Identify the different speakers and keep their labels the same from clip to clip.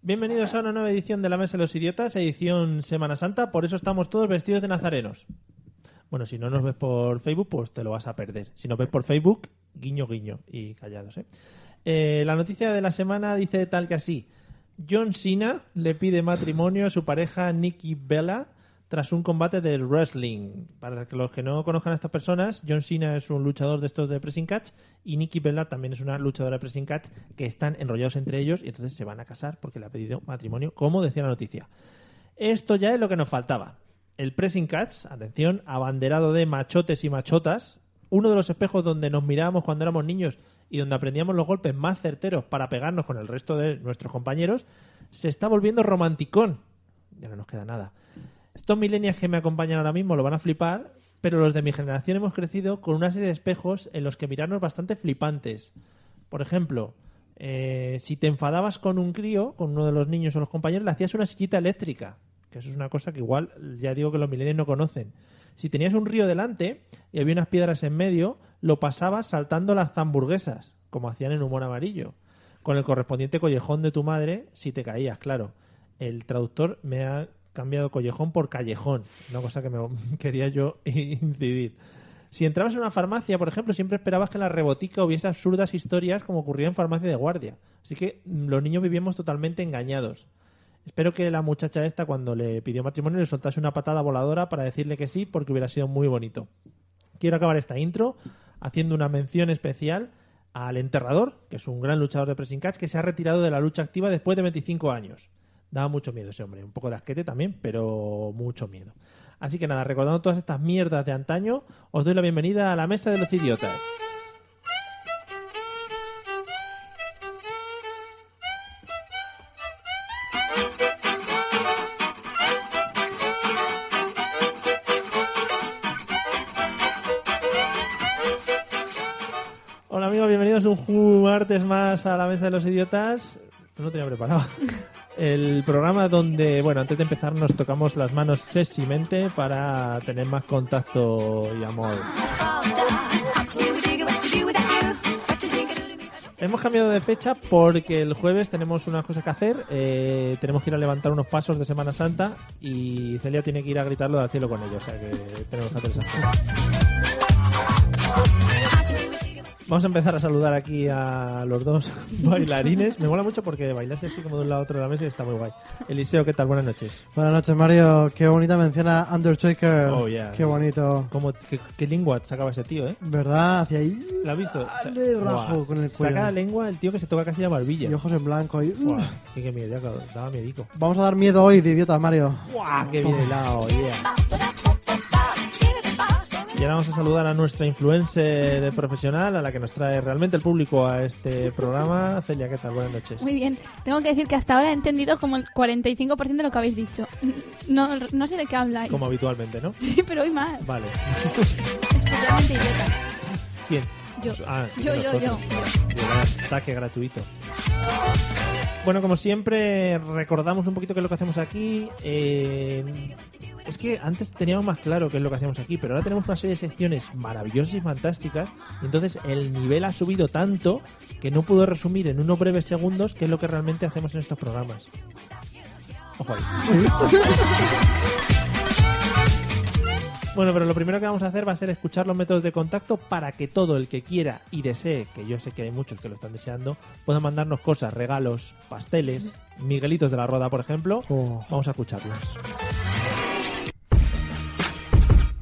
Speaker 1: Bienvenidos a una nueva edición de La Mesa de los Idiotas, edición Semana Santa. Por eso estamos todos vestidos de nazarenos. Bueno, si no nos ves por Facebook, pues te lo vas a perder. Si nos ves por Facebook, guiño, guiño. Y callados, ¿eh? Eh, la noticia de la semana dice tal que así. John Cena le pide matrimonio a su pareja Nikki Bella tras un combate de wrestling. Para que los que no conozcan a estas personas, John Cena es un luchador de estos de pressing catch y Nikki Bella también es una luchadora de pressing catch que están enrollados entre ellos y entonces se van a casar porque le ha pedido matrimonio, como decía la noticia. Esto ya es lo que nos faltaba. El pressing catch, atención, abanderado de machotes y machotas, uno de los espejos donde nos mirábamos cuando éramos niños y donde aprendíamos los golpes más certeros para pegarnos con el resto de nuestros compañeros, se está volviendo romanticón. Ya no nos queda nada. Estos millennials que me acompañan ahora mismo lo van a flipar, pero los de mi generación hemos crecido con una serie de espejos en los que mirarnos bastante flipantes. Por ejemplo, eh, si te enfadabas con un crío, con uno de los niños o los compañeros, le hacías una sillita eléctrica, que eso es una cosa que igual ya digo que los millennials no conocen. Si tenías un río delante y había unas piedras en medio, lo pasabas saltando las zamburguesas, como hacían en Humor Amarillo, con el correspondiente collejón de tu madre si te caías, claro. El traductor me ha cambiado collejón por callejón, una cosa que me quería yo incidir. Si entrabas en una farmacia, por ejemplo, siempre esperabas que en la rebotica hubiese absurdas historias como ocurría en farmacia de guardia. Así que mm, los niños vivíamos totalmente engañados. Espero que la muchacha esta, cuando le pidió matrimonio, le soltase una patada voladora para decirle que sí, porque hubiera sido muy bonito. Quiero acabar esta intro haciendo una mención especial al enterrador, que es un gran luchador de pressing catch, que se ha retirado de la lucha activa después de 25 años daba mucho miedo ese hombre. Un poco de asquete también, pero mucho miedo. Así que nada, recordando todas estas mierdas de antaño, os doy la bienvenida a la Mesa de los Idiotas. Hola amigos, bienvenidos un martes más a la Mesa de los Idiotas. No lo tenía preparado. El programa donde, bueno, antes de empezar nos tocamos las manos sexymente para tener más contacto y amor. Hemos cambiado de fecha porque el jueves tenemos unas cosas que hacer. eh, tenemos que ir a levantar unos pasos de Semana Santa y Celia tiene que ir a gritarlo al cielo con ellos. O sea que tenemos que hacer esas cosas. Vamos a empezar a saludar aquí a los dos bailarines. Me mola mucho porque bailaste así como de un lado a otro de la mesa y está muy guay. Eliseo, ¿qué tal? Buenas noches.
Speaker 2: Buenas noches, Mario. Qué bonita menciona Undertaker.
Speaker 1: Oh, yeah.
Speaker 2: Qué bonito.
Speaker 1: ¿Cómo, qué, qué lengua sacaba ese tío, eh?
Speaker 2: ¿Verdad? Hacia ahí.
Speaker 1: ¿La has visto?
Speaker 2: Dale Ah, rajo
Speaker 1: Buah.
Speaker 2: con el cuello.
Speaker 1: Saca la lengua el tío que se toca casi la barbilla.
Speaker 2: Y ojos en blanco. Y...
Speaker 1: Buah, qué, qué miedo, ya, cabrón, daba miedico.
Speaker 2: Vamos a dar miedo hoy de idiotas, Mario.
Speaker 1: Buah, qué bien helado, yeah. Y ahora vamos a saludar a nuestra influencer profesional, a la que nos trae realmente el público a este programa. Celia, ¿qué tal? Buenas noches.
Speaker 3: Muy bien, tengo que decir que hasta ahora he entendido como el 45% de lo que habéis dicho. No, no sé de qué habláis.
Speaker 1: Como habitualmente, ¿no?
Speaker 3: Sí, pero hoy más.
Speaker 1: Vale.
Speaker 3: Especialmente idiota.
Speaker 1: ¿Quién?
Speaker 3: Yo.
Speaker 1: Ah,
Speaker 3: Yo, yo,
Speaker 1: nosotros.
Speaker 3: yo.
Speaker 1: Llevar Ataque gratuito. Bueno, como siempre, recordamos un poquito qué es lo que hacemos aquí. Eh, es que antes teníamos más claro qué es lo que hacemos aquí, pero ahora tenemos una serie de secciones maravillosas y fantásticas. y entonces el nivel ha subido tanto que no puedo resumir en unos breves segundos qué es lo que realmente hacemos en estos programas. Ojo ahí. Bueno, pero lo primero que vamos a hacer va a ser escuchar los métodos de contacto para que todo el que quiera y desee, que yo sé que hay muchos que lo están deseando, puedan mandarnos cosas, regalos, pasteles, Miguelitos de la Roda, por ejemplo.
Speaker 2: Oh.
Speaker 1: Vamos a escucharlos.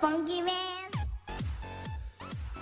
Speaker 4: Funky Bear.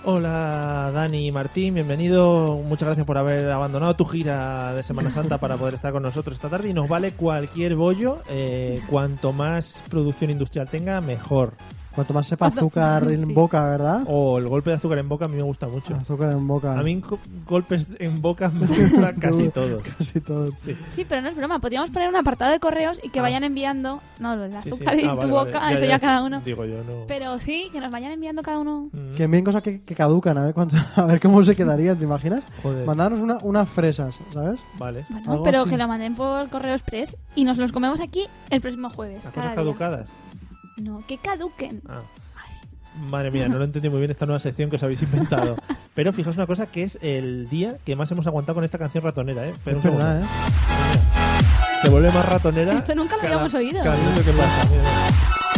Speaker 1: Hola Dani y Martín, bienvenido. Muchas gracias por haber abandonado tu gira de Semana Santa para poder estar con nosotros esta tarde. Y nos vale cualquier bollo. eh, cuanto más producción industrial tenga, mejor.
Speaker 2: Cuanto más sepa azúcar en
Speaker 3: Sí.
Speaker 2: boca, ¿verdad?
Speaker 1: O el golpe de azúcar en boca a mí me gusta mucho.
Speaker 2: Azúcar en boca.
Speaker 1: A mí co- golpes en boca me gusta casi todo.
Speaker 2: Casi todo.
Speaker 1: Sí.
Speaker 3: Sí, pero no es broma. Podríamos poner un apartado de correos y que
Speaker 1: Ah.
Speaker 3: vayan enviando. No, lo del
Speaker 1: Sí, sí.
Speaker 3: azúcar y
Speaker 1: Ah, vale,
Speaker 3: tu
Speaker 1: vale.
Speaker 3: boca, eso ya, cada uno.
Speaker 1: Digo yo, no.
Speaker 3: Pero sí, que nos vayan enviando cada uno.
Speaker 1: Mm,
Speaker 2: Que envíen cosas que, que caducan, a ver cuánto, a ver cómo se quedarían, ¿te imaginas?
Speaker 1: Joder.
Speaker 2: Mandarnos una, unas fresas, ¿sabes?
Speaker 1: Vale.
Speaker 3: Bueno,
Speaker 2: Algo
Speaker 3: pero
Speaker 2: así.
Speaker 3: que lo manden por correo express y nos los comemos aquí el próximo jueves.
Speaker 1: Las
Speaker 3: cada
Speaker 1: cosas
Speaker 3: día.
Speaker 1: caducadas.
Speaker 3: No, que caduquen.
Speaker 1: Ah. Madre mía, no lo entendí muy bien esta nueva sección que os habéis inventado. Pero fijaos una cosa que es el día que más hemos aguantado con esta canción ratonera, ¿eh? Pero
Speaker 2: es verdad, ¿eh?
Speaker 1: Se vuelve más ratonera.
Speaker 3: Esto nunca
Speaker 1: Ah,
Speaker 3: lo
Speaker 1: cada-
Speaker 3: habíamos oído.
Speaker 1: cada minuto que pasa. Mira, mira.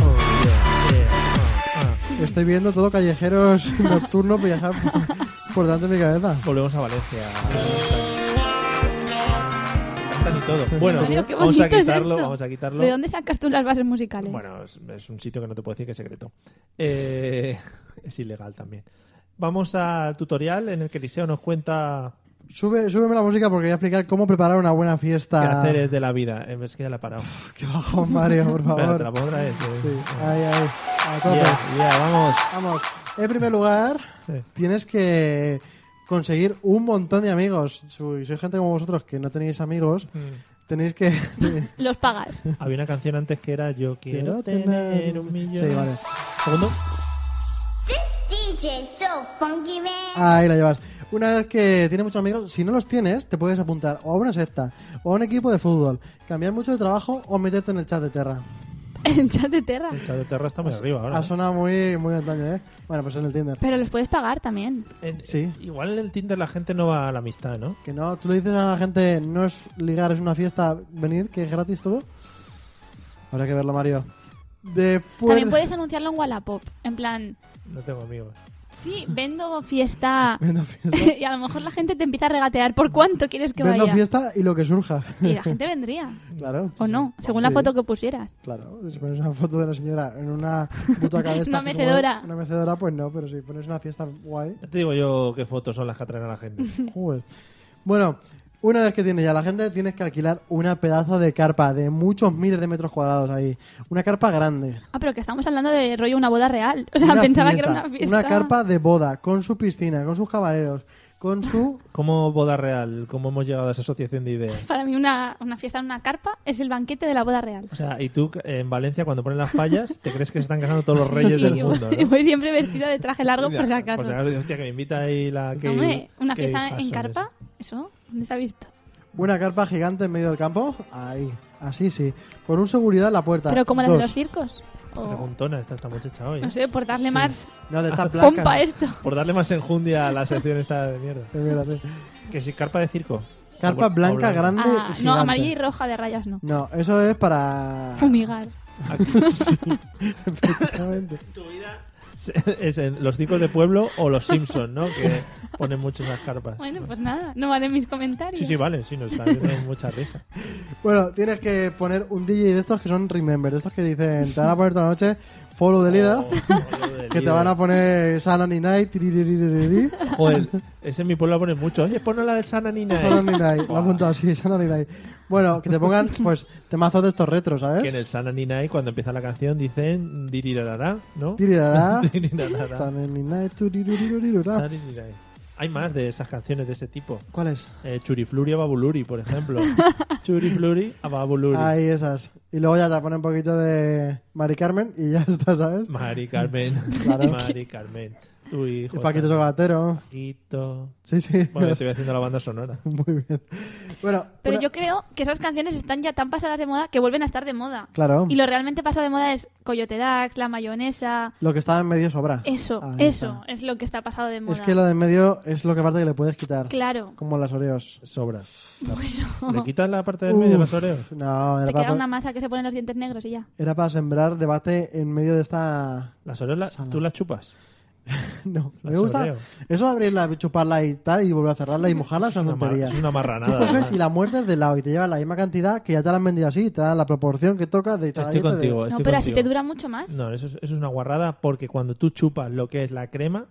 Speaker 1: Oh, yeah, yeah, ah, ah.
Speaker 2: Estoy viendo todo callejeros nocturnos viajar por- por delante de mi cabeza.
Speaker 1: Volvemos a Valencia. Cantan y todo. Bueno,
Speaker 3: Antonio, qué
Speaker 1: vamos a
Speaker 3: bonito es
Speaker 1: quitarlo,
Speaker 3: esto.
Speaker 1: vamos a quitarlo.
Speaker 3: ¿De dónde sacas tú las bases musicales?
Speaker 1: Bueno, es, es un sitio que no te puedo decir que es secreto. Eh, es ilegal también. Vamos al tutorial en el que Eliseo nos cuenta
Speaker 2: Sube, súbeme la música porque voy a explicar cómo preparar una buena
Speaker 1: qué
Speaker 2: fiesta.
Speaker 1: hacer es de la vida. Eh, Es que ya la he parado.
Speaker 2: Qué bajón, Mario, por
Speaker 1: Espera, te la
Speaker 2: favor.
Speaker 1: pongo otra vez. eh.
Speaker 2: Sí, ahí, ahí. A tope.
Speaker 1: Ya, ya, vamos.
Speaker 2: Vamos. En primer lugar,
Speaker 1: Sí.
Speaker 2: tienes que conseguir un montón de amigos. Si sois gente como vosotros que no tenéis amigos,
Speaker 1: Mm.
Speaker 2: tenéis que...
Speaker 3: Los pagas.
Speaker 1: Había una canción antes que era Yo quiero, tener, un millón.
Speaker 2: Sí, vale.
Speaker 1: Segundo.
Speaker 4: This DJ is so funky man.
Speaker 2: Ahí la llevas. Una vez que tienes muchos amigos, si no los tienes, te puedes apuntar o a una secta, o a un equipo de fútbol, cambiar mucho de trabajo o meterte en el chat de Terra.
Speaker 3: El chat de Terra.
Speaker 1: El Chavo de Terra está muy arriba ahora.
Speaker 2: Ha
Speaker 1: ¿eh?
Speaker 2: sonado muy, muy antaño, ¿eh? Bueno, pues en el Tinder.
Speaker 3: Pero los puedes pagar también.
Speaker 1: En-
Speaker 2: Sí.
Speaker 1: Igual en el Tinder la gente no va a la amistad, ¿no?
Speaker 2: Que no, tú le dices a la gente, no es ligar, es una fiesta, venir, que es gratis todo. Habrá que verlo, Mario. Después...
Speaker 3: También puedes anunciarlo en Wallapop. En plan,
Speaker 1: No tengo amigos.
Speaker 3: sí, vendo fiesta.
Speaker 2: Vendo fiesta,
Speaker 3: y a lo mejor la gente te empieza a regatear por cuánto quieres que
Speaker 2: Vendo
Speaker 3: vaya.
Speaker 2: fiesta y lo que surja.
Speaker 3: Y la gente vendría.
Speaker 2: claro.
Speaker 3: O no, según la
Speaker 2: Sí,
Speaker 3: foto que pusieras.
Speaker 2: Claro, si pones una foto de la señora en una butaca de estas
Speaker 3: Una
Speaker 2: que se
Speaker 3: mecedora.
Speaker 2: mueve- Una mecedora, pues no, pero si pones una fiesta guay,
Speaker 1: Ya te digo yo qué fotos son las que atraen a la gente.
Speaker 2: joder. Bueno, una vez que tienes ya la gente, tienes que alquilar una pedazo de carpa de muchos miles de metros cuadrados ahí. Una carpa grande.
Speaker 3: Ah, pero que estamos hablando de rollo una boda real. O sea,
Speaker 2: Una
Speaker 3: pensaba que
Speaker 2: fiesta,
Speaker 3: era una fiesta.
Speaker 2: carpa de boda, con su piscina, con sus caballeros, con su...
Speaker 1: ¿Cómo boda real? ¿Cómo hemos llegado a esa asociación de ideas?
Speaker 3: Para mí una, una fiesta en una carpa es el banquete de la boda real.
Speaker 1: O sea, y tú eh, en Valencia cuando ponen las fallas, te crees que se están casando todos los reyes
Speaker 3: Y
Speaker 1: del
Speaker 3: yo-
Speaker 1: mundo,
Speaker 3: y
Speaker 1: ¿no?
Speaker 3: voy siempre vestida de traje largo por si
Speaker 1: Ya,
Speaker 3: acaso.
Speaker 1: digo, hostia, que me invita ahí la que...
Speaker 3: Hombre, una fiesta en carpa, ¿eso? ¿Dónde se ha visto?
Speaker 2: Una carpa gigante en medio del campo, ahí, así sí. Con un seguridad en la puerta.
Speaker 3: Pero como la de
Speaker 2: Dos.
Speaker 3: los circos. O-
Speaker 1: Preguntona está esta muchacha hoy. ¿eh?
Speaker 3: no sé, por darle
Speaker 2: Sí.
Speaker 3: más
Speaker 2: No, de esta placa.
Speaker 3: pompa a esto.
Speaker 1: Por darle más enjundia a la sección esta de mierda.
Speaker 2: Es verdad, sí.
Speaker 1: Que si carpa de circo.
Speaker 2: Carpa
Speaker 1: O- o
Speaker 2: blanca, grande. y
Speaker 3: Ah, no,
Speaker 2: gigante.
Speaker 3: amarilla y roja de rayas no.
Speaker 2: No, eso es para.
Speaker 3: Fumigar.
Speaker 2: Efectivamente.
Speaker 1: Es en los circos de pueblo o los Simpsons, ¿no? Que ponen mucho esas carpas.
Speaker 3: Bueno, pues nada, no valen mis comentarios.
Speaker 1: Sí, sí, vale, sí, nos están dando mucha risa.
Speaker 2: bueno, tienes que poner un DJ de estos que son Remember, de estos que dicen, te van a poner toda la noche Follow the Leader, que te van a poner Sun and Night, tiririririririri,
Speaker 1: Joder, ese en mi pueblo lo ponen mucho. Oye, ponos la de Sana Nina.
Speaker 2: Sun and Night, lo apunto así, Sun and Night. Bueno, que te pongan, pues, temazos de estos retros,
Speaker 1: Que en
Speaker 2: ¿sabes?
Speaker 1: el Sana Nina, cuando empieza la canción, dicen dirirarará, ¿no?
Speaker 2: Tirirará,
Speaker 1: Dirirarará.
Speaker 2: Sun and Night, turiririrurá.
Speaker 1: Sana Ninae. eh, Hay más de esas canciones de ese tipo.
Speaker 2: ¿Cuál es?
Speaker 1: Eh, Churifluri a Babuluri, por ejemplo. Churifluri a Babuluri.
Speaker 2: Ahí esas. Y luego ya te ponen un poquito de Mari Carmen y ya está, ¿sabes?
Speaker 1: Mari Carmen.
Speaker 2: Claro.
Speaker 1: Mari Carmen. Tu hijo.
Speaker 2: El Paquito Chocolatero.
Speaker 1: Paquito.
Speaker 2: Sí, sí.
Speaker 1: Bueno, estoy haciendo la banda sonora.
Speaker 2: Muy bien. Bueno,
Speaker 3: Pero
Speaker 2: una-
Speaker 3: yo creo que esas canciones están ya tan pasadas de moda que vuelven a estar de moda.
Speaker 2: Claro.
Speaker 3: Y lo realmente pasado de moda es Coyote Dax, la mayonesa.
Speaker 2: Lo que estaba en medio sobra.
Speaker 3: Eso,
Speaker 2: Ahí
Speaker 3: eso
Speaker 2: está.
Speaker 3: es lo que está pasado de moda.
Speaker 2: Es que lo de en medio es lo que aparte que le puedes quitar.
Speaker 3: Claro.
Speaker 2: Como las Oreos.
Speaker 1: Sobra. ¿Le quitas la parte del medio de
Speaker 2: Uf,
Speaker 1: los oreos?
Speaker 2: No, era
Speaker 3: Te queda
Speaker 2: para,
Speaker 3: una masa que se pone en los dientes negros y ya.
Speaker 2: era para sembrar debate en medio de esta...
Speaker 1: Las oreos la-
Speaker 2: Sana.
Speaker 1: tú las chupas.
Speaker 2: No,
Speaker 1: La
Speaker 2: me gusta.
Speaker 1: soleo.
Speaker 2: Eso de abrirla, chuparla y tal, y volver a cerrarla y mojarla, es
Speaker 1: Es
Speaker 2: una
Speaker 1: una mar-
Speaker 2: tontería.
Speaker 1: es una marranada,
Speaker 2: Tú coges
Speaker 1: además.
Speaker 2: y la muerdes de lado y te llevas la misma cantidad que ya te la han vendido así, y te dan la proporción que toca de
Speaker 1: Estoy
Speaker 2: chavallote de-
Speaker 1: contigo.
Speaker 3: No,
Speaker 1: estoy
Speaker 3: pero así
Speaker 1: contigo.
Speaker 3: te dura mucho más.
Speaker 1: No, eso es, eso es una guarrada porque cuando tú chupas lo que es la crema,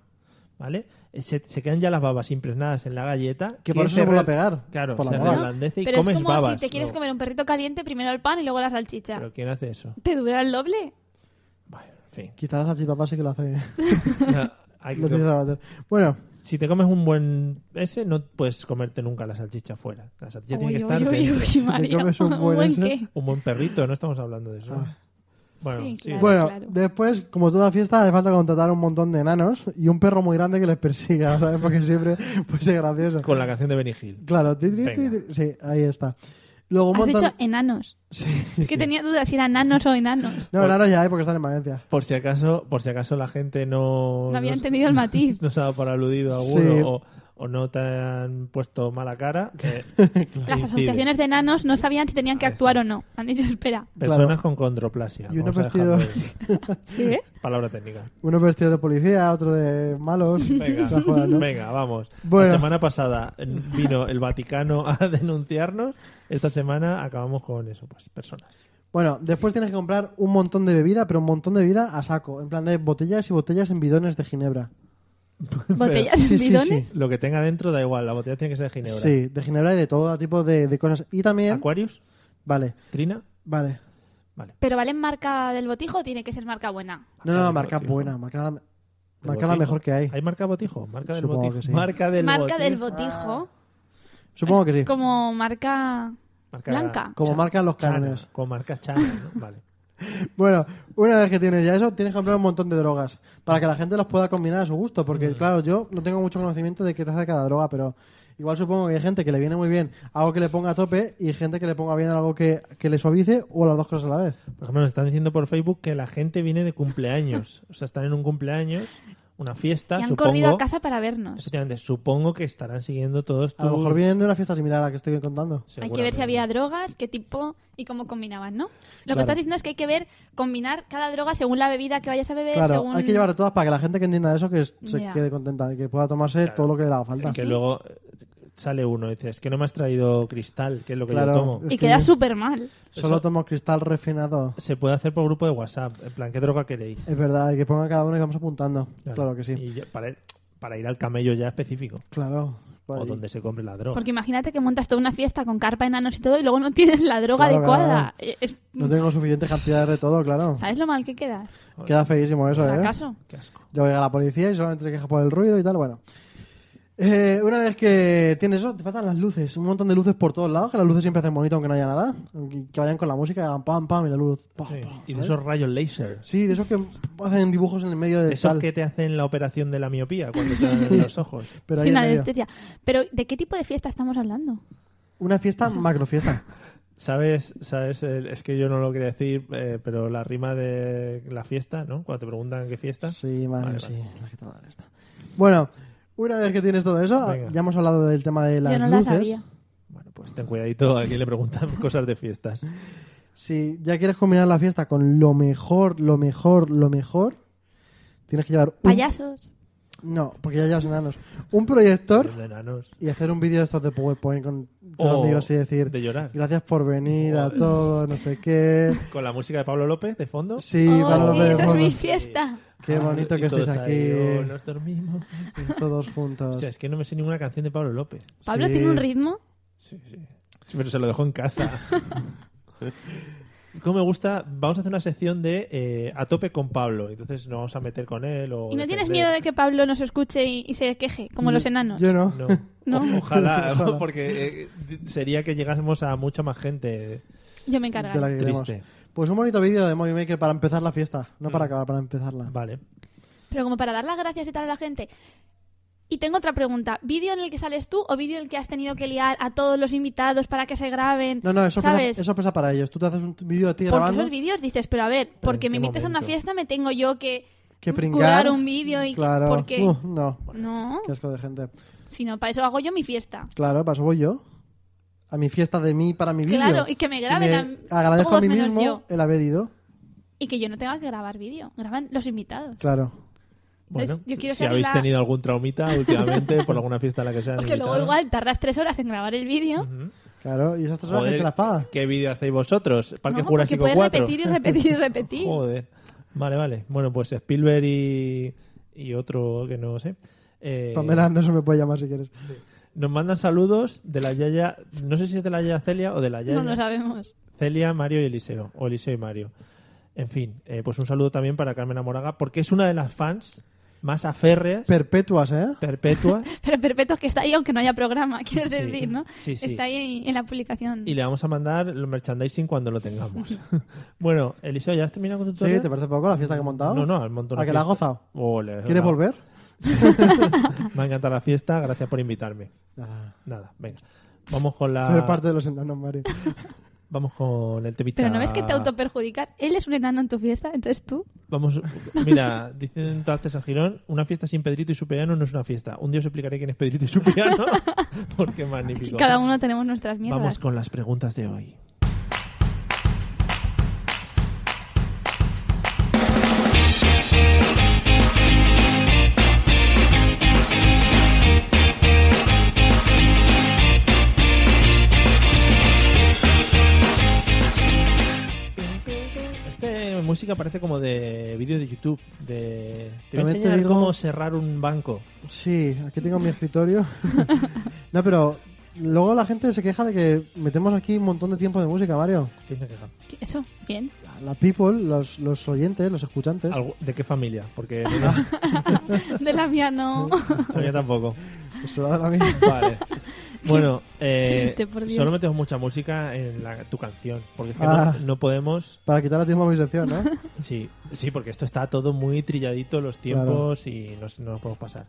Speaker 1: ¿vale? Eh, Se, se quedan ya las babas impregnadas en la galleta.
Speaker 2: Que por eso
Speaker 1: se
Speaker 2: se vuelve a
Speaker 1: re-
Speaker 2: pegar,
Speaker 1: Claro,
Speaker 2: por la
Speaker 1: se
Speaker 2: baba.
Speaker 1: reblandece y
Speaker 3: pero
Speaker 1: comes
Speaker 3: es como
Speaker 1: babas.
Speaker 3: si te quieres
Speaker 1: luego.
Speaker 3: comer un perrito caliente, primero el pan y luego la salchicha.
Speaker 1: ¿Pero quién hace eso?
Speaker 3: ¿Te dura el doble?
Speaker 1: Bueno, en fin.
Speaker 2: Quizás la salchipapa sí que lo hace.
Speaker 1: Hay que-
Speaker 2: lo tienes a bater. Bueno,
Speaker 1: si te comes un buen ese, no puedes comerte nunca la salchicha fuera. La salchicha tiene
Speaker 3: Uy,
Speaker 1: que
Speaker 3: uy,
Speaker 1: estar
Speaker 3: uy,
Speaker 1: dentro.
Speaker 3: uy,
Speaker 2: te
Speaker 3: María.
Speaker 2: comes un buen ese-
Speaker 3: qué?
Speaker 1: Un buen perrito, no estamos hablando de eso.
Speaker 2: Ah.
Speaker 1: Bueno,
Speaker 3: Sí,
Speaker 1: sí.
Speaker 3: claro.
Speaker 2: bueno
Speaker 3: claro.
Speaker 2: después, como toda fiesta, hace falta contratar un montón de enanos y un perro muy grande que les persiga, ¿sabes? Porque siempre puede ser gracioso.
Speaker 1: con la canción de Benny Hill.
Speaker 2: Claro, ti, ti,
Speaker 1: Venga.
Speaker 2: ti, ti. sí, ahí está. Luego un
Speaker 3: Has
Speaker 2: montón.
Speaker 3: dicho enanos.
Speaker 2: Sí,
Speaker 3: Es que tenía dudas si eran nanos o enanos.
Speaker 2: No, enanos ya hay porque están en Valencia.
Speaker 1: Por si acaso, por si acaso la gente no
Speaker 3: No había
Speaker 1: no-
Speaker 3: entendido el matiz.
Speaker 1: nos ha dado por aludido a
Speaker 2: Sí.
Speaker 1: alguno o, o no te han puesto mala cara. eh,
Speaker 3: Las
Speaker 1: incide.
Speaker 3: asociaciones de enanos no sabían si tenían
Speaker 2: Ah,
Speaker 3: que
Speaker 1: Ahí
Speaker 3: actuar o no. Han dicho, espera.
Speaker 1: Personas
Speaker 2: Claro.
Speaker 1: con condroplasia.
Speaker 2: Y uno
Speaker 1: vamos a dejarlo
Speaker 2: vestido-
Speaker 1: ahí.
Speaker 3: ¿Sí?
Speaker 1: Palabra técnica.
Speaker 2: Uno vestido de policía, otro de malos.
Speaker 1: Venga,
Speaker 2: Esas cosas, ¿no?
Speaker 1: venga, vamos.
Speaker 2: Bueno.
Speaker 1: La semana pasada eh, vino el Vaticano a denunciarnos. Esta semana acabamos con eso, pues personas.
Speaker 2: Bueno, después tienes que comprar un montón de bebida, pero un montón de bebida a saco. En plan de botellas y botellas en bidones de ginebra.
Speaker 3: ¿Botellas
Speaker 2: Sí,
Speaker 3: en
Speaker 2: sí,
Speaker 3: bidones?
Speaker 1: Lo que tenga dentro da igual, la botella tiene que ser de ginebra.
Speaker 2: Sí, de ginebra y de todo tipo de, de cosas. Y también...
Speaker 1: Aquarius,
Speaker 2: Vale,
Speaker 1: Trina.
Speaker 2: vale.
Speaker 3: ¿Pero valen marca del botijo o tiene que ser marca buena?
Speaker 2: No, no,
Speaker 1: del
Speaker 2: marca
Speaker 1: botijo.
Speaker 2: buena, marca la,
Speaker 1: Del
Speaker 2: marca la
Speaker 1: botijo.
Speaker 2: mejor que hay.
Speaker 1: ¿Hay marca botijo? Marca del
Speaker 2: Supongo
Speaker 1: botijo.
Speaker 2: que sí.
Speaker 1: Marca del
Speaker 3: marca
Speaker 1: botijo.
Speaker 3: del botijo.
Speaker 2: Supongo que Ah, sí.
Speaker 3: Como marca
Speaker 1: Marca
Speaker 3: blanca.
Speaker 2: Como marcan los
Speaker 1: Chana,
Speaker 2: cánones.
Speaker 1: Con marca Chana, ¿no? Vale.
Speaker 2: Bueno, una vez que tienes ya eso, tienes que comprar un montón de drogas para que la gente las pueda combinar a su gusto. Porque, claro, yo no tengo mucho conocimiento de qué te hace cada droga, pero igual supongo que hay gente que le viene muy bien algo que le ponga a tope y gente que le ponga bien algo que, que le suavice o las dos cosas a la vez.
Speaker 1: Por ejemplo, nos están diciendo por Facebook que la gente viene de cumpleaños. O sea, están en un cumpleaños, una fiesta,
Speaker 3: Y han
Speaker 1: supongo.
Speaker 3: corrido a casa para vernos.
Speaker 1: Efectivamente, supongo que estarán siguiendo todos
Speaker 2: A lo
Speaker 1: tus-
Speaker 2: mejor vienen de una fiesta similar a la que estoy contando.
Speaker 3: Hay que ver si
Speaker 1: Seguramente.
Speaker 3: había drogas, qué tipo y cómo combinaban, ¿no? Lo
Speaker 2: Claro.
Speaker 3: que estás diciendo es que hay que ver, combinar cada droga según la bebida que vayas a beber,
Speaker 2: Claro,
Speaker 3: según...
Speaker 2: hay que llevar a todas para que la gente que entienda eso que es- se
Speaker 3: Ya.
Speaker 2: quede contenta y que pueda tomarse todo lo que le haga falta.
Speaker 1: Que luego eh, sale uno y dice, es que no me has traído cristal, que es lo que
Speaker 2: Claro.
Speaker 1: yo tomo.
Speaker 3: Y queda súper mal.
Speaker 2: Solo
Speaker 1: Eso-
Speaker 2: tomo cristal refinado.
Speaker 1: Se puede hacer por grupo de WhatsApp, en plan, ¿qué droga queréis?
Speaker 2: Es verdad, y que ponga cada uno y vamos apuntando. Claro, que sí.
Speaker 1: Y ya- para, para ir al camello ya específico,
Speaker 2: Claro. Por
Speaker 1: o
Speaker 2: ahí.
Speaker 1: donde se compre la droga.
Speaker 3: Porque imagínate que montas toda una fiesta con carpa, enanos y todo y luego no tienes la droga
Speaker 2: Claro,
Speaker 3: adecuada.
Speaker 2: claro.
Speaker 3: Eh, es-
Speaker 2: No tengo suficientes cantidades de todo, claro.
Speaker 3: ¿Sabes lo mal que quedas?
Speaker 2: Queda feísimo eso, ¿eh?
Speaker 3: ¿Acaso?
Speaker 1: Qué asco.
Speaker 2: Ya llega la policía y solamente se queja por el ruido y tal, bueno. Eh, una vez que tienes eso, te faltan las luces, un montón de luces por todos lados, que las luces siempre hacen bonito aunque no haya nada, aunque- que vayan con la música, y hagan pam, pam y la luz. pam,
Speaker 1: Sí.
Speaker 2: pam,
Speaker 1: Y de
Speaker 2: ¿sabes?
Speaker 1: esos rayos láser.
Speaker 2: Sí, de esos que hacen dibujos en el medio de
Speaker 1: Esos
Speaker 2: tal,
Speaker 1: que te hacen la operación de la miopía cuando te dan los ojos.
Speaker 2: pero ahí
Speaker 3: Sin
Speaker 2: en medio.
Speaker 3: anestesia. Pero, ¿de qué tipo de fiesta estamos hablando?
Speaker 2: Una fiesta, macrofiesta.
Speaker 1: ¿Sabes? ¿Sabes? El- Es que yo no lo quería decir, eh, pero la rima de la fiesta, ¿no? Cuando te preguntan qué fiesta.
Speaker 2: Sí, madre,
Speaker 1: Vale,
Speaker 2: sí. la que te va a dar esta. Bueno, una vez que tienes todo eso,
Speaker 1: Venga.
Speaker 2: ya hemos hablado del tema de las
Speaker 3: Yo no
Speaker 2: luces.
Speaker 3: la sabía.
Speaker 1: Bueno, pues ten cuidadito a quien le preguntan cosas de fiestas.
Speaker 2: Si ya quieres combinar la fiesta con lo mejor, lo mejor, lo mejor, tienes que llevar un...
Speaker 3: Payasos.
Speaker 2: No, porque ya llevas enanos. Un proyector
Speaker 1: De enanos.
Speaker 2: y hacer un vídeo de estos de PowerPoint con tus
Speaker 1: O
Speaker 2: amigos y decir
Speaker 1: Oh, de llorar.
Speaker 2: gracias por venir a todos, no sé qué.
Speaker 1: Con la música de Pablo López de fondo.
Speaker 2: Sí,
Speaker 3: oh,
Speaker 2: Pablo
Speaker 3: sí,
Speaker 2: López de
Speaker 3: esa es
Speaker 2: Juan,
Speaker 3: mi fiesta.
Speaker 2: Qué bonito
Speaker 1: Ah, Y
Speaker 2: que estés
Speaker 1: todos ahí, oh,
Speaker 2: aquí
Speaker 1: nos dormimos.
Speaker 2: todos
Speaker 1: O
Speaker 2: juntos.
Speaker 1: sea, es que no me sé ninguna canción de Pablo López.
Speaker 3: Pablo
Speaker 2: Sí.
Speaker 3: tiene un ritmo.
Speaker 1: Sí, sí. Sí, Pero se lo dejó en casa. Como me gusta, vamos a hacer una sección de eh, a tope con Pablo. Entonces nos vamos a meter con él. O
Speaker 3: ¿Y no tienes
Speaker 1: defender.
Speaker 3: miedo de que Pablo nos escuche y, y se queje, como los enanos?
Speaker 2: Yo no.
Speaker 1: No.
Speaker 3: No.
Speaker 1: O- Ojalá,
Speaker 2: Ojalá.
Speaker 1: porque eh, d- sería que llegásemos a mucha más gente.
Speaker 3: Yo me
Speaker 2: de la
Speaker 3: encargaré.
Speaker 2: que queremos.
Speaker 1: Triste.
Speaker 2: Pues un bonito vídeo de Movie Maker para empezar la fiesta, no
Speaker 1: Mm.
Speaker 2: para acabar, para empezarla.
Speaker 1: Vale.
Speaker 3: Pero como para dar las gracias y tal a la gente. Y tengo otra pregunta. ¿Vídeo en el que sales tú o vídeo en el que has tenido que liar a todos los invitados para que se graben?
Speaker 2: No, no, eso pesa,
Speaker 3: ¿Sabes?
Speaker 2: eso pesa para ellos. Tú te haces un vídeo de ti
Speaker 3: Porque
Speaker 2: grabando.
Speaker 3: esos vídeos dices, pero a ver, porque
Speaker 1: en
Speaker 3: me
Speaker 1: qué
Speaker 3: invitas a una
Speaker 1: momento?
Speaker 3: fiesta me tengo yo que,
Speaker 2: que pringar.
Speaker 3: currar Mm, un vídeo y que-
Speaker 2: Claro.
Speaker 3: porque
Speaker 2: Uh, no,
Speaker 3: no,
Speaker 2: qué asco de gente.
Speaker 3: si no para eso hago yo mi fiesta.
Speaker 2: Claro, paso voy yo. A mi fiesta de mí para mi vídeo.
Speaker 3: Claro, y que me graben
Speaker 2: me
Speaker 3: a-
Speaker 2: agradezco a
Speaker 3: todos
Speaker 2: mí
Speaker 3: menos
Speaker 2: mismo
Speaker 3: yo.
Speaker 2: el haber ido.
Speaker 3: Y que yo no tenga que grabar vídeo, graban los invitados.
Speaker 2: Claro.
Speaker 1: Bueno,
Speaker 3: Yo quiero
Speaker 1: si
Speaker 3: ser
Speaker 1: habéis
Speaker 3: la-
Speaker 1: tenido algún traumita últimamente por alguna fiesta a la que sea.
Speaker 3: Porque luego igual tardas tres horas en grabar el vídeo.
Speaker 2: Claro, y esas tres horas que te las pagas.
Speaker 1: ¿Qué vídeo hacéis vosotros? Parque
Speaker 3: No, porque
Speaker 1: Jurásico
Speaker 3: puedes
Speaker 1: 4.
Speaker 3: repetir y repetir y repetir.
Speaker 1: Joder. Vale, vale. Bueno, pues Spielberg y, y otro que no sé. Eh,
Speaker 2: Pamela Anderson Pues me puede llamar si quieres.
Speaker 1: nos mandan saludos de la Yaya. No sé si es de la Yaya Celia o de la Yaya
Speaker 3: No lo sabemos.
Speaker 1: Celia, Mario y Eliseo. O Eliseo y Mario. En fin, eh, pues un saludo también para Carmen Amoraga, porque es una de las fans más aférreas,
Speaker 2: Perpetuas, ¿eh?
Speaker 1: perpetuas,
Speaker 3: Pero Perpetuo es que está ahí aunque no haya programa, quieres
Speaker 1: Sí,
Speaker 3: decir, ¿no?
Speaker 1: sí, sí.
Speaker 3: Está ahí en la publicación.
Speaker 1: y le vamos a mandar el merchandising cuando lo tengamos. bueno, Eliseo, ¿ya has terminado con tu
Speaker 2: Sí,
Speaker 1: tutorial?
Speaker 2: ¿te parece poco la fiesta que he montado?
Speaker 1: No, no, al montón.
Speaker 2: ¿A
Speaker 1: de
Speaker 2: que la has
Speaker 1: fiesta.
Speaker 2: gozado?
Speaker 1: Ole,
Speaker 2: ¿Quieres
Speaker 1: no.
Speaker 2: volver?
Speaker 1: Me ha encantado la fiesta, gracias por invitarme.
Speaker 2: Ah,
Speaker 1: Nada, venga. Vamos con la.
Speaker 2: Soy parte de los enanos, Mario.
Speaker 1: Vamos con el temita.
Speaker 3: Pero no ves que te autoperjudicas. Él es un enano en tu fiesta, entonces tú.
Speaker 1: Vamos, mira, dicen todas César Girón, una fiesta sin Pedrito y su piano no es una fiesta. Un día os explicaré quién es Pedrito y su piano, porque es
Speaker 3: Y
Speaker 1: magnífico.
Speaker 3: cada uno tenemos nuestras mierdas.
Speaker 1: Vamos con las preguntas de hoy. Este música parece como de vídeo de YouTube. De... Te voy a
Speaker 2: También te
Speaker 1: enseñar
Speaker 2: digo-
Speaker 1: cómo cerrar un banco.
Speaker 2: Sí, aquí tengo mi escritorio. no, pero luego la gente se queja de que metemos aquí un montón de tiempo de música, Mario.
Speaker 1: ¿Qué me queja?
Speaker 3: ¿Qué- Eso, bien.
Speaker 2: La people, los, los oyentes, los escuchantes.
Speaker 1: Algo- ¿De qué familia? Porque no,
Speaker 3: De la mía no.
Speaker 1: yo tampoco.
Speaker 2: Pues se lo dan a mí.
Speaker 1: Vale. Bueno, eh,
Speaker 3: Triste, por Dios.
Speaker 1: solo metemos mucha música en la- tu canción, porque es que
Speaker 2: Ah.
Speaker 1: no, no podemos...
Speaker 2: Para quitarle tiempo a mi sección, ¿no?
Speaker 1: Sí, sí, porque esto está todo muy trilladito, los tiempos, y no, se- no nos podemos pasar.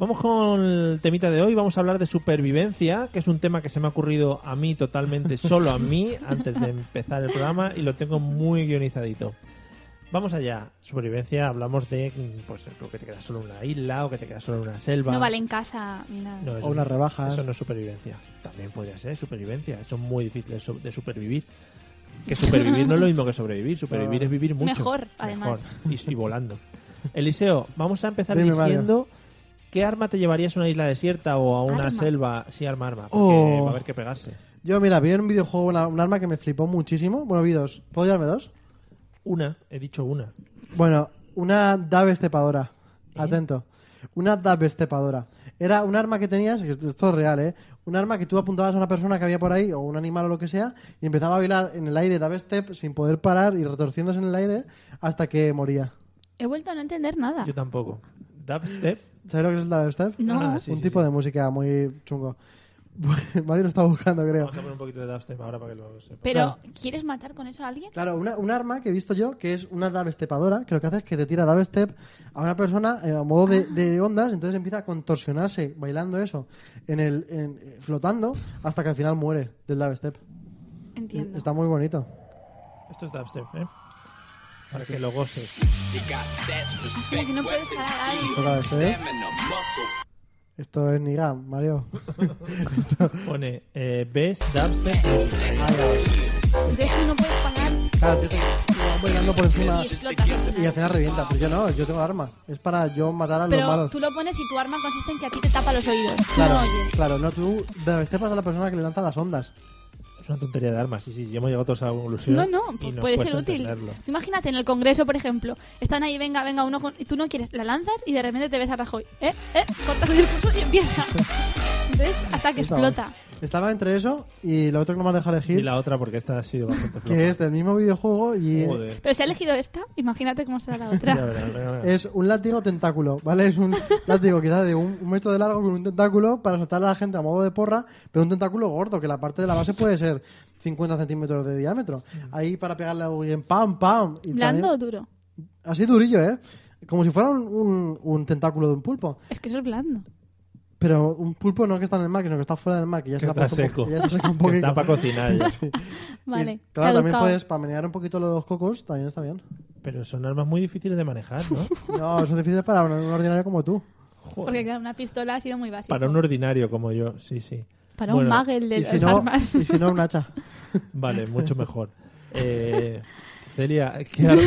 Speaker 1: Vamos con el temita de hoy, vamos a hablar de supervivencia, que es un tema que se me ha ocurrido a mí totalmente, solo a mí, antes de empezar el programa, y lo tengo muy guionizadito. Vamos allá, supervivencia, hablamos de mm, pues, lo que te quedas solo en una isla o que te quedas solo en una selva.
Speaker 3: No vale en casa ni nada.
Speaker 1: No, eso
Speaker 2: o unas
Speaker 1: no-
Speaker 2: rebajas.
Speaker 1: Eso no es supervivencia. También podría ser supervivencia. Son muy difíciles so- de supervivir. Que supervivir no es lo mismo que sobrevivir. Supervivir
Speaker 2: No.
Speaker 1: es vivir mucho.
Speaker 3: Mejor, además.
Speaker 1: Mejor. Y, y volando. Eliseo, vamos a empezar
Speaker 2: Dime, Mario.
Speaker 1: diciendo qué arma te llevarías a una isla desierta o a una
Speaker 3: Arma.
Speaker 1: selva. Sí, arma, arma. Porque
Speaker 2: Oh.
Speaker 1: va a haber que pegarse.
Speaker 2: Yo, mira, vi en un videojuego una- un arma que me flipó muchísimo. Bueno, vi dos. ¿Puedo llevarme dos?
Speaker 1: Una, he dicho una.
Speaker 2: Bueno, una DAB estepadora. Atento. Una DAB estepadora. Era un arma que tenías, que esto esto es real, ¿eh? Un arma que tú apuntabas a una persona que había por ahí, o un animal o lo que sea, y empezaba a bailar en el aire DAB step sin poder parar y retorciéndose en el aire hasta que moría.
Speaker 3: He vuelto a no entender nada.
Speaker 1: Yo tampoco. Dubstep.
Speaker 2: ¿Sabes lo que es el DAB step?
Speaker 3: No.
Speaker 1: Ah, sí,
Speaker 2: un
Speaker 1: sí,
Speaker 2: tipo
Speaker 1: sí.
Speaker 2: de música muy chungo. Mario lo está buscando, creo.
Speaker 1: Vamos a poner un poquito de dubstep ahora para que lo sepa.
Speaker 3: Pero, ¿quieres matar con eso a alguien?
Speaker 2: Claro, una- un arma que he visto yo que es una dabestepadora, que lo que hace es que te tira dabstep a una persona eh, a modo de, de ondas, entonces empieza a contorsionarse bailando eso, en el, en- eh, flotando, hasta que al final muere del dabstep.
Speaker 3: Entiendo.
Speaker 2: Está muy bonito.
Speaker 1: Esto es dubstep, ¿eh? Para que lo goces.
Speaker 3: Como que no puedes parar a alguien.
Speaker 2: Toca dabstep. ¿eh? Esto es Nigam, Mario.
Speaker 1: Pone eh, Best Dubstep.
Speaker 3: Entonces tú no puedes parar.
Speaker 2: Claro, tío, te- te van bailando por encima
Speaker 3: Y explotas.
Speaker 2: y al final revienta. Pues yo no, yo tengo arma. Es para yo matar a los
Speaker 3: Pero
Speaker 2: malos.
Speaker 3: tú lo pones y tu arma consiste en que a ti te tapa los oídos. Tú
Speaker 2: Claro,
Speaker 3: no oyes.
Speaker 2: claro, no, tú dabstepas a la persona que le lanza las ondas.
Speaker 1: Es una tontería de armas, sí, sí. Ya hemos llegado todos a la conclusión.
Speaker 3: No, no,
Speaker 1: y
Speaker 3: pues
Speaker 1: nos
Speaker 3: puede ser
Speaker 1: cuesta
Speaker 3: útil.
Speaker 1: entenderlo.
Speaker 3: Tú Imagínate en el Congreso, por ejemplo, están ahí, venga, venga, uno con... y tú no quieres, la lanzas y de repente te ves a Rajoy. ¿Eh? ¿Eh? Cortas el discurso y empieza. Entonces, hasta que
Speaker 2: Estaba-
Speaker 3: explota.
Speaker 2: Estaba entre eso y lo otro que no me has dejado
Speaker 1: Y
Speaker 2: elegir.
Speaker 1: la otra, porque esta ha sido bastante floja.
Speaker 2: que este es del mismo videojuego y
Speaker 1: Joder.
Speaker 3: Pero si ha elegido esta, imagínate cómo será la
Speaker 1: Ya
Speaker 3: otra.
Speaker 1: verás, venga, venga.
Speaker 2: es un látigo tentáculo, ¿vale? Es un látigo quizás de un, un metro de largo con un tentáculo para soltar a la gente a modo de porra, pero un tentáculo gordo, que la parte de la base puede ser 50 centímetros de diámetro. Ahí para pegarle a alguien, ¡pam, pam! Y
Speaker 3: Mm. ¿Blando o
Speaker 2: también-
Speaker 3: duro?
Speaker 2: así durillo, ¿eh? Como si fuera un, un- un tentáculo de un pulpo.
Speaker 3: Es que eso es blando.
Speaker 2: Pero un pulpo no que está en el mar, sino que está fuera del mar, que ya
Speaker 1: Que
Speaker 2: se
Speaker 1: está
Speaker 2: la ha puesto un
Speaker 1: seco.
Speaker 2: poco- ya se seca un
Speaker 1: Que
Speaker 2: poquito.
Speaker 1: está para cocinar ya.
Speaker 3: Vale.
Speaker 2: Y, claro, también
Speaker 3: caducado.
Speaker 2: puedes pamenear un poquito los cocos, también está bien.
Speaker 1: Pero son armas muy difíciles de manejar, ¿no?
Speaker 2: No, son difíciles para un- un ordinario como tú.
Speaker 3: Porque claro, una pistola ha sido muy básica.
Speaker 1: Para un ordinario como yo, sí, sí.
Speaker 3: Para un
Speaker 1: Bueno,
Speaker 3: magel de
Speaker 2: Y
Speaker 3: las
Speaker 2: si no,
Speaker 3: armas.
Speaker 2: y si no, un hacha.
Speaker 1: Vale, mucho mejor. Eh, Celia, que ar-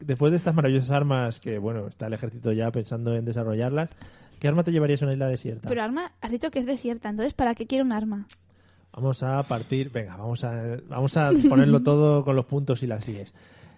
Speaker 1: después de estas maravillosas armas que, bueno, está el ejército ya pensando en desarrollarlas, ¿qué arma te llevarías a una isla desierta?
Speaker 3: Pero arma, has dicho que es desierta, entonces ¿para qué quiero un arma?
Speaker 1: Vamos a partir, venga, vamos a, vamos a ponerlo todo con los puntos y las IES.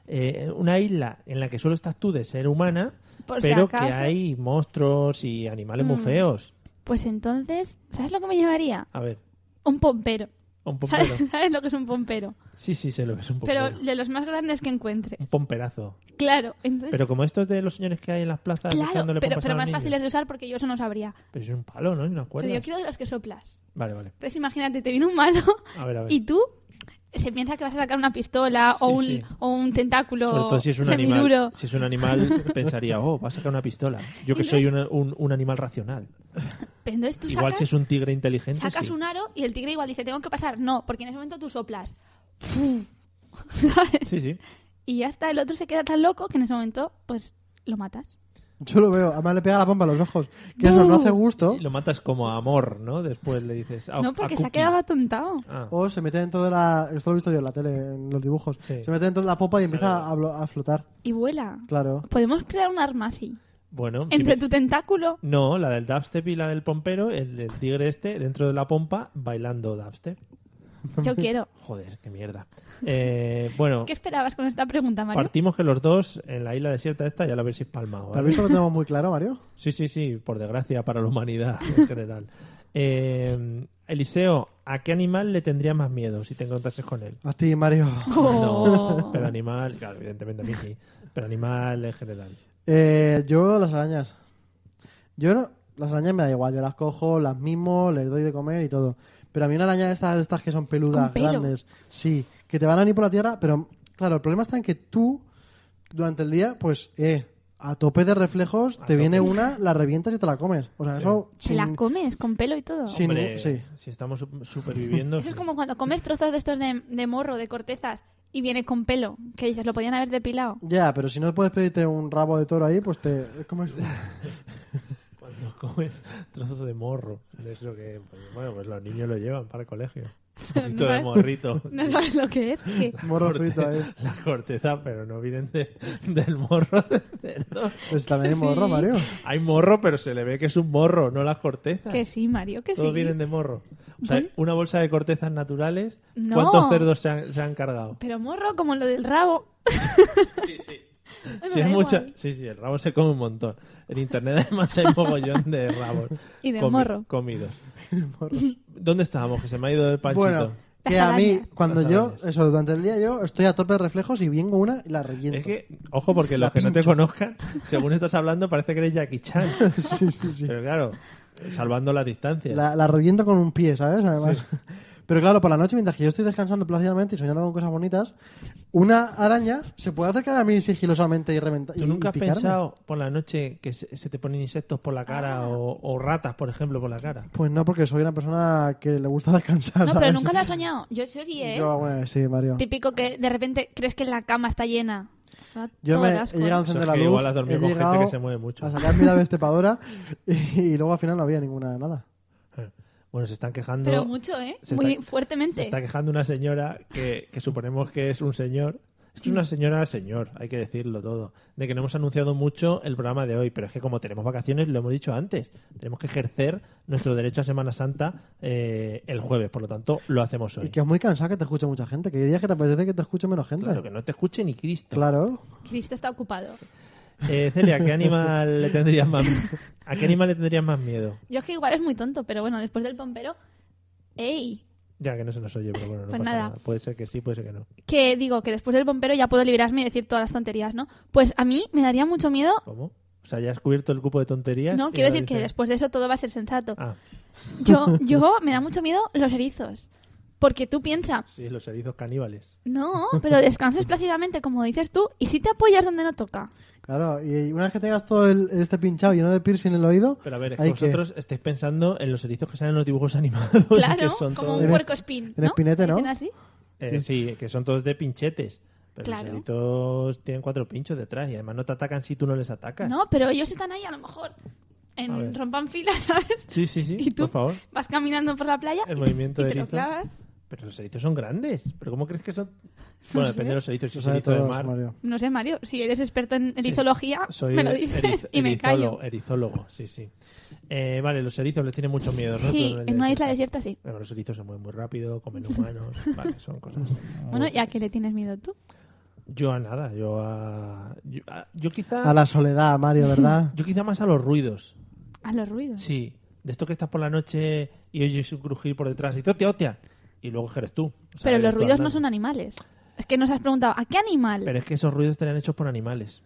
Speaker 1: Eh, una isla en la que solo estás tú de ser humana,
Speaker 3: Por si
Speaker 1: pero que
Speaker 3: acaso.
Speaker 1: hay monstruos y animales muy
Speaker 3: Mm.
Speaker 1: feos.
Speaker 3: Pues entonces, ¿sabes lo que me llevaría?
Speaker 1: A ver,
Speaker 3: Un pompero.
Speaker 1: un
Speaker 3: ¿Sabes,
Speaker 1: pompero.
Speaker 3: sabes lo que es un pompero?
Speaker 1: Sí, sí, se lo ves un pompero.
Speaker 3: Pero de los más grandes que encuentre.
Speaker 1: Un pomperazo.
Speaker 3: Claro, entonces...
Speaker 1: Pero como estos de los señores que hay en las plazas
Speaker 3: claro,
Speaker 1: echándole
Speaker 3: pero,
Speaker 1: pompas a
Speaker 3: pero
Speaker 1: los
Speaker 3: más
Speaker 1: niños.
Speaker 3: fáciles de usar porque yo eso no sabría.
Speaker 1: Pero es un palo, ¿no? Y una cuerda.
Speaker 3: Pero yo quiero de los que soplas.
Speaker 1: Vale, vale.
Speaker 3: Entonces imagínate, te viene un malo
Speaker 1: A ver, a ver.
Speaker 3: y tú se piensa que vas a sacar una pistola o,
Speaker 1: Sí,
Speaker 3: un,
Speaker 1: sí.
Speaker 3: o un tentáculo
Speaker 1: Sobre todo si es un
Speaker 3: semiduro.
Speaker 1: animal. Si es un animal, pensaría, oh, va a sacar una pistola. Yo que soy una- un, un animal racional.
Speaker 3: Pero entonces tú
Speaker 1: Igual
Speaker 3: sacas,
Speaker 1: si es un tigre inteligente.
Speaker 3: sacas
Speaker 1: sí.
Speaker 3: un aro y el tigre igual dice, tengo que pasar. No, porque en ese momento tú soplas. ¿Sabes?
Speaker 1: Sí, sí.
Speaker 3: Y ya está, el otro se queda tan loco que en ese momento, pues, lo matas.
Speaker 2: Yo lo veo. Además le pega la pompa a los ojos. Que eso no hace gusto.
Speaker 1: Y lo matas como a amor, ¿no? Después le dices. a-
Speaker 3: no,
Speaker 1: a
Speaker 3: porque se ha
Speaker 1: Cookie.
Speaker 3: quedado atontado.
Speaker 1: Ah,
Speaker 2: O se mete dentro de la... Esto lo he visto yo en la tele, en los dibujos.
Speaker 1: Sí.
Speaker 2: Se mete dentro de la popa y empieza a, blo- a flotar.
Speaker 3: Y vuela.
Speaker 2: Claro.
Speaker 3: Podemos crear un arma así.
Speaker 1: bueno. si
Speaker 3: Entre
Speaker 1: me-
Speaker 3: tu tentáculo...
Speaker 1: No, la del dubstep y la del pompero, el del tigre este, dentro de la pompa, bailando dubstep.
Speaker 3: Yo quiero.
Speaker 1: Joder, qué mierda. Eh, bueno,
Speaker 3: ¿Qué esperabas con esta pregunta, Mario?
Speaker 1: partimos que los dos en la isla desierta esta ya lo habéis palmado.
Speaker 2: ¿Pero
Speaker 1: ¿vale?
Speaker 2: has visto que lo tenemos muy claro, Mario?
Speaker 1: Sí, sí, sí, por desgracia para la humanidad en general. Eh, Eliseo, ¿a qué animal le tendría más miedo si te encontrases con él?
Speaker 2: A ti, Mario.
Speaker 3: Oh.
Speaker 1: No, pero animal, claro, evidentemente a mí sí, pero animal en general.
Speaker 2: Eh, yo las arañas. Yo no- las arañas me da igual, yo las cojo, las mimo, les doy de comer y todo. Pero a mí una araña de estas, de estas que son peludas,
Speaker 3: Con pelo.
Speaker 2: grandes, sí, que te van a venir por la tierra, pero claro, el problema está en que tú, durante el día, pues, eh, a tope de reflejos, te viene una, la revientas y te la comes. O sea, eso...
Speaker 3: ¿Se
Speaker 2: sin-
Speaker 3: las comes con pelo y todo?
Speaker 2: Sí. Sin
Speaker 1: Hombre,
Speaker 2: ningún- sí.
Speaker 1: si estamos su- superviviendo...
Speaker 3: Eso es
Speaker 1: sí.
Speaker 3: como cuando comes trozos de estos de, de morro, de cortezas, y viene con pelo, que dices, lo podían haber depilado.
Speaker 2: Ya, pero si no puedes pedirte un rabo de toro ahí, pues te comes un-
Speaker 1: Cuando comes trozos de morro, es lo que... pues, bueno, pues los niños lo llevan para el colegio. Un poquito de
Speaker 3: ¿Sabes?
Speaker 1: morrito.
Speaker 3: ¿No sabes lo que es? Que
Speaker 2: morro
Speaker 1: Corte-
Speaker 2: frito ahí.
Speaker 1: La corteza, pero no vienen de- del morro de cerdo.
Speaker 2: Pues también hay morro,
Speaker 3: Sí.
Speaker 2: Mario.
Speaker 1: Hay morro, pero se le ve que es un morro, no las cortezas.
Speaker 3: que sí, Mario, que
Speaker 1: Todos
Speaker 3: sí.
Speaker 1: vienen de morro. O sea,
Speaker 3: Bueno.
Speaker 1: una bolsa de cortezas naturales.
Speaker 3: No.
Speaker 1: ¿Cuántos cerdos se han, se han cargado?
Speaker 3: Pero morro como lo del rabo. sí, sí.
Speaker 1: Sí, hay mucha- sí, sí, el rabo se come un montón. En internet además hay mogollón de rabos.
Speaker 3: Y de
Speaker 1: comi-
Speaker 3: morro.
Speaker 1: Comidos. ¿Dónde estábamos? Que se me ha ido el panchito.
Speaker 2: Bueno,
Speaker 3: Las
Speaker 2: que a mí,
Speaker 3: arañas.
Speaker 2: cuando
Speaker 1: Las
Speaker 2: yo,
Speaker 1: arañas.
Speaker 2: eso, durante el día yo estoy a tope de reflejos y vengo una y la reviento.
Speaker 1: Es que, ojo, porque los
Speaker 2: La
Speaker 1: que no te
Speaker 2: pincho.
Speaker 1: conozcan, según estás hablando, parece que eres Jackie Chan.
Speaker 2: sí, sí, sí.
Speaker 1: Pero claro, salvando las distancias.
Speaker 2: La, la reviento con un pie, ¿sabes? Además. Pero claro, por la noche, mientras que yo estoy descansando plácidamente y soñando con cosas bonitas, una araña se puede acercar a mí sigilosamente y reventar.
Speaker 1: ¿Tú
Speaker 2: y-
Speaker 1: nunca
Speaker 2: y
Speaker 1: has
Speaker 2: picarme.
Speaker 1: pensado por la noche que se, se te ponen insectos por la cara
Speaker 2: Ah.
Speaker 1: o, o ratas, por ejemplo, por la cara?
Speaker 2: Pues no, porque soy una persona que le gusta descansar.
Speaker 3: No, pero
Speaker 2: ¿sabes?
Speaker 3: nunca lo has soñado. Yo sí, ¿eh?
Speaker 2: Yo, bueno, sí, Mario.
Speaker 3: Típico que de repente crees que la cama está llena. O sea,
Speaker 2: Yo
Speaker 3: todo
Speaker 2: me he
Speaker 3: el asco.
Speaker 2: llegado a
Speaker 1: Eso es
Speaker 2: encender la
Speaker 1: que
Speaker 2: luz.
Speaker 1: igual has dormido
Speaker 2: he
Speaker 1: con gente
Speaker 2: llegado
Speaker 1: que se mueve mucho.
Speaker 2: A sacar mi ave estepadora y, y luego al final no había ninguna nada.
Speaker 1: Bueno, se están quejando.
Speaker 3: Pero mucho, ¿eh?
Speaker 1: se
Speaker 3: Muy
Speaker 1: está-
Speaker 3: fuertemente.
Speaker 1: Se está quejando una señora que, que suponemos que es un señor. Es que es una señora señor, hay que decirlo todo. De que no hemos anunciado mucho el programa de hoy, pero es que como tenemos vacaciones, lo hemos dicho antes. Tenemos que ejercer nuestro derecho a Semana Santa eh, el jueves, por lo tanto, lo hacemos
Speaker 2: Y
Speaker 1: hoy.
Speaker 2: que es muy cansado que te escuche mucha gente. Que hay días que te apetece que te escuche menos gente.
Speaker 1: Claro, que no te escuche ni Cristo.
Speaker 2: Claro.
Speaker 3: Cristo está ocupado.
Speaker 1: Eh, Celia, ¿qué animal le tendrías más ¿a qué animal le tendrías más miedo?
Speaker 3: Yo es que igual es muy tonto, pero bueno, después del pompero... ¡Ey!
Speaker 1: Ya que no se nos oye, pero bueno, no
Speaker 3: Pues
Speaker 1: pasa nada.
Speaker 3: nada.
Speaker 1: Puede ser que sí, puede ser que no.
Speaker 3: que digo que después del bombero ya puedo liberarme y decir todas las tonterías, ¿no? Pues a mí me daría mucho miedo.
Speaker 1: ¿Cómo? O sea, ya has cubierto el cupo de tonterías.
Speaker 3: No,
Speaker 1: y
Speaker 3: quiero
Speaker 1: ahora
Speaker 3: decir que
Speaker 1: dices-
Speaker 3: después de eso todo va a ser sensato.
Speaker 1: Ah,
Speaker 3: Yo, yo me da mucho miedo los erizos. Porque tú piensas,
Speaker 1: sí, los erizos caníbales.
Speaker 3: no, pero descansas plácidamente, como dices tú, y si te apoyas donde no toca.
Speaker 2: Claro, y una vez que tengas todo el- este pinchado lleno de piercing en el oído,
Speaker 1: Pero a ver, es que
Speaker 2: hay que-
Speaker 1: vosotros estáis pensando en los erizos que salen en los dibujos animados. Pues que
Speaker 3: Claro,
Speaker 1: son
Speaker 3: como
Speaker 1: todos,
Speaker 3: un
Speaker 2: En-
Speaker 3: puerco spin.
Speaker 2: en espinete, ¿no?
Speaker 3: Así?
Speaker 1: Eh, sí, que son todos de pinchetes. Pero
Speaker 3: Claro.
Speaker 1: los erizos tienen cuatro pinchos detrás y además no te atacan si tú no les atacas.
Speaker 3: No, pero ellos están ahí a lo mejor
Speaker 1: A ver.
Speaker 3: en rompan filas, ¿sabes?
Speaker 1: Sí, sí, sí.
Speaker 3: ¿Y tú?
Speaker 1: Por favor.
Speaker 3: Vas caminando por la playa
Speaker 1: El
Speaker 3: y-
Speaker 1: movimiento
Speaker 3: y
Speaker 1: de
Speaker 3: te lo
Speaker 1: erizo.
Speaker 3: clavas.
Speaker 1: Pero los erizos son grandes. ¿Pero cómo crees que son?
Speaker 3: No
Speaker 1: Bueno,
Speaker 3: sé.
Speaker 1: depende de los erizos. Si
Speaker 2: Lo
Speaker 1: es
Speaker 2: sabe
Speaker 1: erizo de
Speaker 2: todos,
Speaker 1: mar.
Speaker 2: Mario.
Speaker 3: No sé, Mario, si eres experto en erizología,
Speaker 1: Soy
Speaker 3: me lo
Speaker 1: eriz-
Speaker 3: dices
Speaker 1: eriz-
Speaker 3: y me
Speaker 1: erizólogo,
Speaker 3: callo.
Speaker 1: erizólogo, sí, sí. Eh, vale, los erizos les tienen mucho miedo, ¿no?
Speaker 3: Sí,
Speaker 1: Tú eres
Speaker 3: en una isla
Speaker 1: desierta.
Speaker 3: desierta sí.
Speaker 1: Bueno, los erizos se mueven muy rápido, comen humanos. vale, son cosas. muy-
Speaker 3: Bueno, ¿y a qué le tienes miedo tú?
Speaker 1: Yo a nada, yo a. Yo, a- yo quizá.
Speaker 2: A la soledad, Mario, ¿verdad?
Speaker 1: Yo quizá más a los ruidos.
Speaker 3: A los
Speaker 2: Ah.
Speaker 3: ruidos.
Speaker 1: Sí, de esto que estás por la noche y oyes un crujir por detrás y dices, hostia, hostia. Y luego eres tú. O sea,
Speaker 3: Pero
Speaker 1: eres
Speaker 3: los
Speaker 1: tú
Speaker 3: ruidos no
Speaker 1: andando.
Speaker 3: son animales. Es que nos has preguntado, ¿a qué animal?
Speaker 1: Pero es que esos ruidos estarían hechos por animales.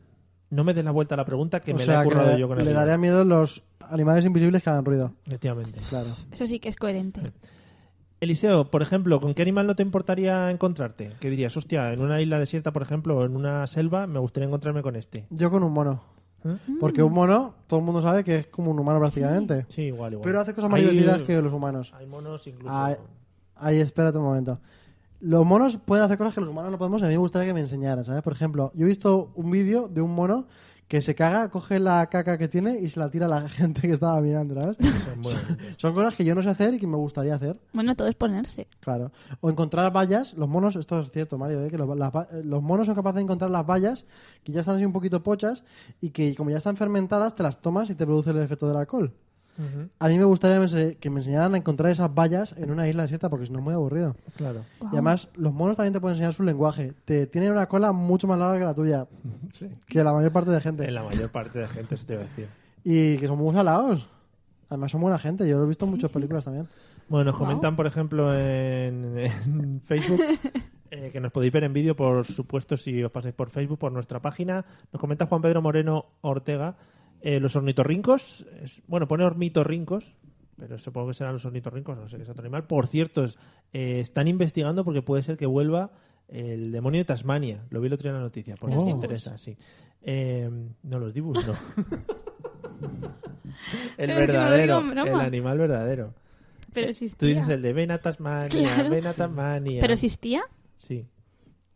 Speaker 1: No me des la vuelta a la pregunta que
Speaker 2: o
Speaker 1: me
Speaker 2: sea,
Speaker 1: la he currado
Speaker 2: que
Speaker 1: yo con
Speaker 2: le
Speaker 1: el
Speaker 2: daría miedo los animales invisibles que hagan ruido.
Speaker 1: Efectivamente.
Speaker 2: Claro.
Speaker 3: Eso sí que es coherente.
Speaker 1: Eliseo, por ejemplo, ¿con qué animal no te importaría encontrarte? ¿Qué dirías? Hostia, en una isla desierta, por ejemplo, o en una selva, me gustaría encontrarme con este.
Speaker 2: Yo con un mono.
Speaker 1: ¿Eh?
Speaker 2: Porque un mono, todo el mundo sabe que es como un humano prácticamente.
Speaker 1: Sí, igual, igual.
Speaker 2: Pero hace cosas más
Speaker 1: Hay-
Speaker 2: divertidas que los humanos.
Speaker 1: Hay monos incluso.
Speaker 2: Ahí, ahí, espérate un momento. Los monos pueden hacer cosas que los humanos no podemos. y A mí me gustaría que me enseñaran, ¿sabes? Por ejemplo, yo he visto un vídeo de un mono que se caga, coge la caca que tiene y se la tira a la gente que estaba mirando, ¿sabes?
Speaker 1: Son buenos.
Speaker 2: Son cosas que yo no sé hacer y que me gustaría hacer,
Speaker 3: Bueno, todo es ponerse.
Speaker 2: claro. O encontrar vallas. Los monos, esto es cierto, Mario, ¿eh? que los, las va- eh, los monos son capaces de encontrar las vallas que ya están así un poquito pochas y que como ya están fermentadas te las tomas y te produce el efecto del alcohol.
Speaker 1: Ujú,
Speaker 2: A mí me gustaría que me ense- que me enseñaran a encontrar esas vallas en una isla desierta porque si no es muy aburrido.
Speaker 1: Claro.
Speaker 2: Y además, los monos también te pueden enseñar su lenguaje. Te tienen una cola mucho más larga que la tuya, que la mayor parte de gente.
Speaker 1: En la mayor parte de gente, se te iba a decir.
Speaker 2: Y que son muy salados. Además, son buena gente. Yo lo he visto en muchas películas también.
Speaker 1: Bueno, nos
Speaker 3: Guau.
Speaker 1: comentan, por ejemplo, en, en Facebook eh, que nos podéis ver en vídeo, por supuesto, si os pasáis por Facebook, por nuestra página. Nos comenta Juan Pedro Moreno Ortega eh, los ornitorrincos. es- bueno, pone ornitorrincos, pero supongo que serán los ornitorrincos, no sé qué es otro animal. Por cierto, es- eh, están investigando porque puede ser que vuelva el demonio de Tasmania. Lo vi el otro día en la noticia, por si
Speaker 2: Los
Speaker 1: os
Speaker 3: dibus.
Speaker 1: interesa, sí. Eh, no, los dibus no. el
Speaker 3: Pero es que no lo digo
Speaker 1: verdadero,
Speaker 3: en
Speaker 1: el
Speaker 3: broma.
Speaker 1: animal verdadero.
Speaker 3: Pero
Speaker 1: Eh, Tú
Speaker 3: existía.
Speaker 1: dices el de Ven a Tasmania,
Speaker 3: Claro.
Speaker 1: ven a Tasmania.
Speaker 3: ¿Pero existía?
Speaker 1: Sí.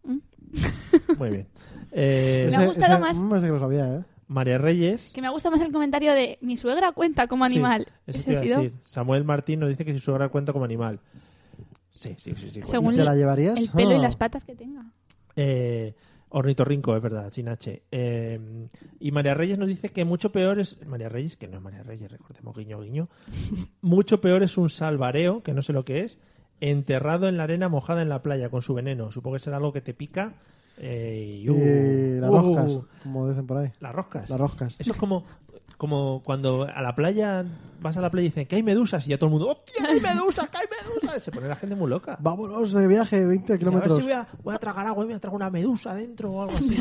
Speaker 3: Mm.
Speaker 1: Muy bien. Eh,
Speaker 3: Me ha gustado más-
Speaker 2: mm, ese que lo sabía, ¿eh?
Speaker 1: María Reyes.
Speaker 3: Que me gusta más el comentario de mi suegra cuenta como animal.
Speaker 1: Sí, eso
Speaker 3: Ese
Speaker 1: te
Speaker 3: ha
Speaker 1: iba a
Speaker 3: sido
Speaker 1: decir. Samuel Martín nos dice que si su suegra cuenta como animal. Sí, sí, sí. sí cuenta.
Speaker 3: Según
Speaker 2: ¿Y te la llevarías?
Speaker 3: el pelo
Speaker 2: Ah.
Speaker 3: y las patas que tenga.
Speaker 1: Eh, ornitorrinco, es verdad, sin H. Eh, y María Reyes nos dice que mucho peor es. María Reyes, que no es María Reyes, recordemos guiño, guiño. mucho peor es un salvareo, que no sé lo que es, enterrado en la arena mojada en la playa con su veneno. Supongo que será algo que te pica. eh, y, uh,
Speaker 2: Y las
Speaker 1: uh,
Speaker 2: roscas, como dicen por ahí.
Speaker 1: Las roscas.
Speaker 2: Las roscas.
Speaker 1: Eso es como, como cuando a la playa vas a la playa y dicen que hay medusas y ya todo el mundo, ¡hostia, que hay medusas, que hay medusas! Se pone la gente muy loca.
Speaker 2: Vámonos de viaje, 20
Speaker 1: A ver
Speaker 2: kilómetros.
Speaker 1: si voy a, voy a tragar agua y me trago una medusa dentro o algo así.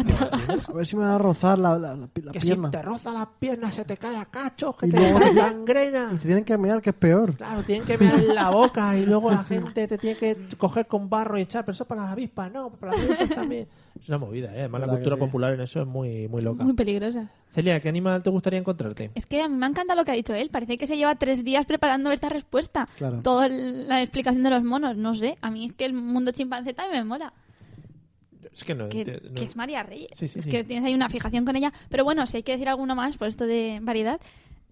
Speaker 2: A ver si me va a rozar la, la- la pi- la
Speaker 1: que si
Speaker 2: pierna.
Speaker 1: te roza las piernas se te cae a cachos, que
Speaker 2: Y
Speaker 1: te
Speaker 2: luego-
Speaker 1: sangrena.
Speaker 2: Y te tienen que mirar, que es peor.
Speaker 1: Claro, tienen que mirar en la boca y luego la gente te tiene que coger con barro y echar, pero eso es para las avispas, no, para las medusas también. Es una movida, ¿eh? además la
Speaker 2: ¿Verdad que
Speaker 1: cultura
Speaker 2: sí?
Speaker 1: popular en eso es muy, muy Eh, loca.
Speaker 3: Muy peligrosa.
Speaker 1: Celia, ¿qué animal te gustaría encontrarte?
Speaker 3: Es que a mí me encanta lo que ha dicho él. Parece que se lleva tres días preparando esta respuesta.
Speaker 2: Claro.
Speaker 3: Toda el- la explicación de los monos. No sé. A mí es que el mundo chimpancé también me mola.
Speaker 1: Es que no,
Speaker 3: Que,
Speaker 1: enti- no-
Speaker 3: que es María Reyes.
Speaker 1: Sí, sí,
Speaker 3: es
Speaker 1: sí.
Speaker 3: que tienes ahí una fijación con ella. Pero bueno, si hay que decir alguno más por esto de variedad,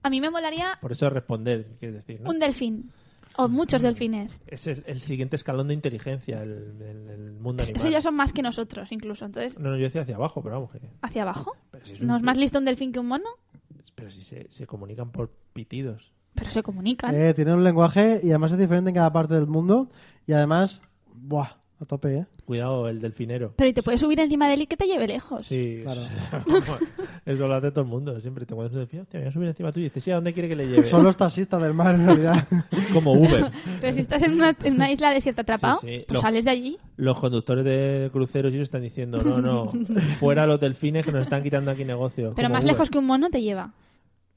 Speaker 3: a mí me molaría
Speaker 1: Por eso responder, quieres decir, ¿no?
Speaker 3: un delfín. O muchos delfines.
Speaker 1: Es el, el siguiente escalón de inteligencia, el, el- el mundo animal.
Speaker 3: Eso ya son más que nosotros, incluso. Entonces,
Speaker 1: No, no, yo decía hacia abajo, pero vamos, que...
Speaker 3: hacia abajo.
Speaker 1: Pero si, Pues es un-
Speaker 3: ¿No es más listo un delfín que un mono?
Speaker 1: pero si se, se comunican por pitidos.
Speaker 3: Pero se comunican.
Speaker 2: Eh, tienen un lenguaje y además es diferente en cada parte del mundo. Y además, buah, a tope, ¿eh?
Speaker 1: Cuidado, el delfinero.
Speaker 3: Pero y te puedes subir encima de él y que te lleve lejos.
Speaker 1: Sí,
Speaker 2: Claro.
Speaker 1: eso, eso lo hace todo el mundo. Siempre te encuentras un delfín, te voy a subir encima tuyo y dices, sí, ¿a dónde quiere que le lleve?
Speaker 2: Son los taxistas del mar, en realidad.
Speaker 1: Como Uber.
Speaker 3: Pero si estás en una, en una isla desierta atrapado,
Speaker 1: Sí, sí.
Speaker 3: pues
Speaker 1: Lo-
Speaker 3: sales de allí.
Speaker 1: Los conductores de cruceros y ellos están diciendo, no, no, fuera los delfines que nos están quitando aquí negocios.
Speaker 3: Pero
Speaker 1: como
Speaker 3: más
Speaker 1: Uber.
Speaker 3: lejos que un mono te lleva.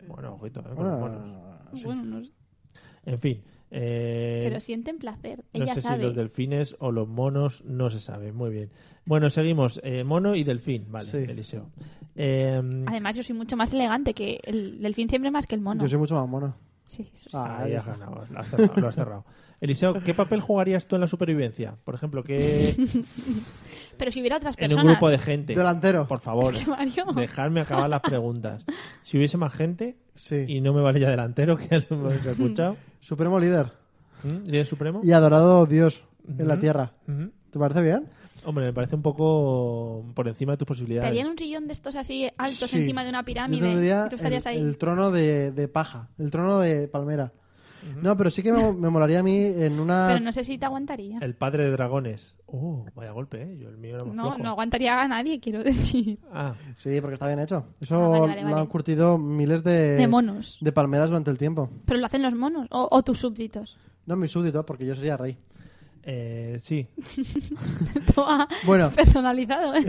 Speaker 1: Bueno, ojito, ¿eh? con los monos.
Speaker 2: Bueno,
Speaker 3: Bueno, no sé.
Speaker 1: Eh, En fin. eh,
Speaker 3: Pero sienten placer.
Speaker 1: No
Speaker 3: Ella
Speaker 1: sé si
Speaker 3: sabe.
Speaker 1: los delfines o los monos no se sabe. Muy bien. Bueno, seguimos. Eh, mono y delfín. Vale,
Speaker 2: Sí.
Speaker 1: Eliseo. Eh,
Speaker 3: Además, yo soy mucho más elegante que el delfín siempre más que el mono.
Speaker 2: yo soy mucho más mono.
Speaker 3: Sí, eso sí.
Speaker 2: Ah,
Speaker 1: ahí
Speaker 2: ya
Speaker 1: has
Speaker 2: está.
Speaker 1: ganado, lo has cerrado, lo has cerrado. Eliseo, ¿qué papel jugarías tú en la supervivencia? Por ejemplo, que
Speaker 3: Pero si hubiera otras
Speaker 1: en un
Speaker 3: personas.
Speaker 1: grupo de gente.
Speaker 2: Delantero.
Speaker 1: Por favor,
Speaker 3: Es que Mario.
Speaker 1: dejadme acabar las preguntas. Si hubiese más gente,
Speaker 2: Sí.
Speaker 1: y no me vale ya delantero, que ya lo hemos escuchado,
Speaker 2: Supremo líder.
Speaker 1: ¿Mm? ¿líder supremo?
Speaker 2: Y adorado Dios. en la Tierra.
Speaker 1: Ujú.
Speaker 2: ¿Te parece bien?
Speaker 1: Hombre, me parece un poco por encima de tus
Speaker 3: Te
Speaker 1: posibilidades.
Speaker 3: harían un sillón de estos así altos
Speaker 2: Sí.
Speaker 3: encima de una
Speaker 2: Yo
Speaker 3: pirámide.
Speaker 2: tendría
Speaker 3: y tú estarías
Speaker 2: el,
Speaker 3: ahí.
Speaker 2: el trono de, de paja, el trono de palmera. No, pero sí que me, me molaría a mí en una...
Speaker 3: Pero no sé si te aguantaría.
Speaker 1: El padre de dragones. Oh, vaya golpe, ¿eh? Yo el mío era más
Speaker 3: No,
Speaker 1: flojo.
Speaker 3: no aguantaría a nadie, quiero decir.
Speaker 1: Ah,
Speaker 2: Sí, porque está bien hecho. Eso
Speaker 3: Ah, vale, vale,
Speaker 2: lo
Speaker 3: vale.
Speaker 2: han curtido miles
Speaker 1: Eh,
Speaker 2: de,
Speaker 3: De monos.
Speaker 2: de palmeras durante el tiempo.
Speaker 3: Pero lo hacen los monos. O, o tus súbditos.
Speaker 2: No mis súbditos, porque yo sería rey.
Speaker 1: eh, sí.
Speaker 3: Todo ha
Speaker 2: Bueno,
Speaker 3: personalizado. ¿eh?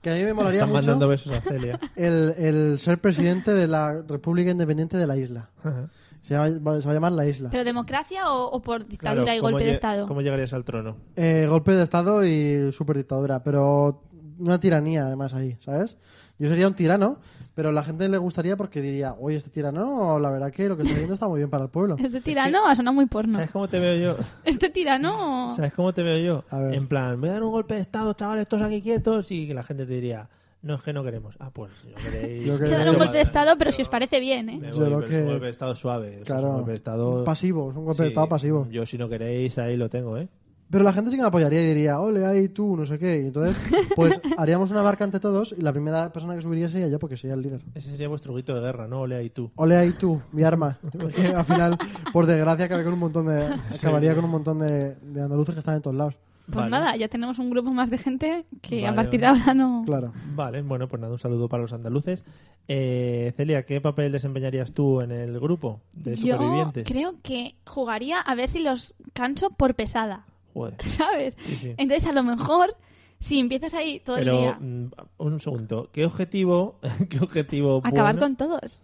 Speaker 2: que a mí me molaría
Speaker 1: Están
Speaker 2: mucho
Speaker 1: mandando besos a Celia.
Speaker 2: el, el ser presidente de la República Independiente de la isla.
Speaker 1: Ajá.
Speaker 2: Se, llama- se va a llamar la isla.
Speaker 3: ¿Pero democracia o, o por
Speaker 1: Claro,
Speaker 3: dictadura y
Speaker 1: ¿cómo
Speaker 3: golpe de
Speaker 1: lle-
Speaker 3: Estado?
Speaker 1: ¿Cómo llegarías al trono?
Speaker 2: Eh, golpe de Estado y superdictadura, pero una tiranía además ahí, ¿sabes? Yo sería un tirano, pero la gente le gustaría porque diría, oye, este tirano, la verdad que lo que está haciendo está muy bien para el pueblo.
Speaker 3: Este tirano ha sonado muy porno.
Speaker 1: ¿Sabes cómo te veo yo?
Speaker 3: Este tirano...
Speaker 1: ¿Sabes cómo te veo yo?
Speaker 2: A ver.
Speaker 1: En plan, voy a dar un golpe de estado, chavales, todos aquí quietos, y que la gente te diría, no es que no queremos. Ah, pues si no queréis.
Speaker 2: Yo creo
Speaker 3: Voy a dar un golpe de Estado, pero si os parece bien, ¿eh?
Speaker 1: Me
Speaker 2: Yo
Speaker 1: voy,
Speaker 2: creo
Speaker 1: pero es un
Speaker 2: que-
Speaker 1: golpe de estado suave. eso es
Speaker 2: Claro,
Speaker 1: un golpe de estado.
Speaker 2: pasivo, es un golpe de
Speaker 1: Sí,
Speaker 2: Estado pasivo.
Speaker 1: Yo, si no queréis, ahí lo tengo, ¿eh?
Speaker 2: Pero la gente sí que me apoyaría y diría, ole, ahí tú, no sé qué. Y entonces, pues haríamos una barca ante todos y la primera persona que subiría sería yo porque sería el líder.
Speaker 1: Ese sería vuestro grito de guerra, ¿no? Ole ahí tú.
Speaker 2: Ole ahí tú, mi arma. Porque al final, por desgracia, acabé con un montón de, acabaría con un montón de, de andaluces que están en todos lados.
Speaker 3: Pues
Speaker 1: Vale.
Speaker 3: nada, ya tenemos un grupo más de gente que a
Speaker 1: Vale,
Speaker 3: partir de
Speaker 1: vale.
Speaker 3: ahora no...
Speaker 2: Claro.
Speaker 1: Vale, bueno, pues nada, un saludo para los andaluces. Eh, Celia, ¿qué papel desempeñarías tú en el grupo de
Speaker 3: Yo
Speaker 1: supervivientes?
Speaker 3: creo que jugaría a ver si los canso por pesada,
Speaker 1: Joder.
Speaker 3: ¿sabes?
Speaker 1: Sí, sí.
Speaker 3: Entonces a lo mejor si empiezas ahí todo el
Speaker 1: Pero
Speaker 3: día...
Speaker 1: mm, un segundo, ¿qué objetivo, qué objetivo
Speaker 3: Acabar
Speaker 1: bueno-
Speaker 3: con todos.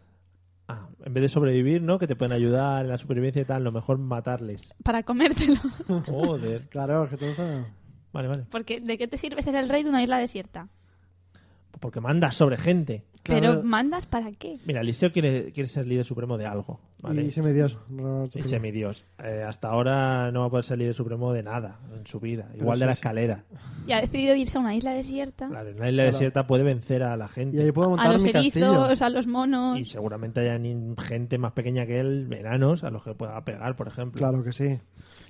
Speaker 1: Ah, en vez de sobrevivir, ¿no? Que te pueden ayudar en la supervivencia y tal, lo mejor matarles.
Speaker 3: para comértelo.
Speaker 1: Joder.
Speaker 2: Claro, es que todo está...
Speaker 1: Vale, vale.
Speaker 3: Porque ¿de qué te sirve ser el rey de una isla desierta?
Speaker 1: Porque mandas sobre gente.
Speaker 2: Claro.
Speaker 3: Pero mandas para qué?
Speaker 1: Mira, Eliseo quiere, quiere ser líder supremo de algo, ¿vale?
Speaker 2: Y
Speaker 1: Y,
Speaker 2: semidios. No, no, no.
Speaker 1: semidios. Eh, hasta ahora no va a poder ser líder supremo de nada en su vida. Igual
Speaker 2: sí,
Speaker 1: de la
Speaker 2: sí.
Speaker 1: escalera.
Speaker 2: Ah.
Speaker 3: Y ha decidido irse a una isla desierta.
Speaker 1: Claro, en la isla desierta puede vencer a la gente.
Speaker 2: Y ahí puedo
Speaker 3: A
Speaker 2: montar
Speaker 3: los
Speaker 2: mi castillo.
Speaker 3: erizos, a los monos.
Speaker 1: Y seguramente hayan in- gente más pequeña que él, veranos, a los que pueda pegar, por ejemplo.
Speaker 2: Claro que sí.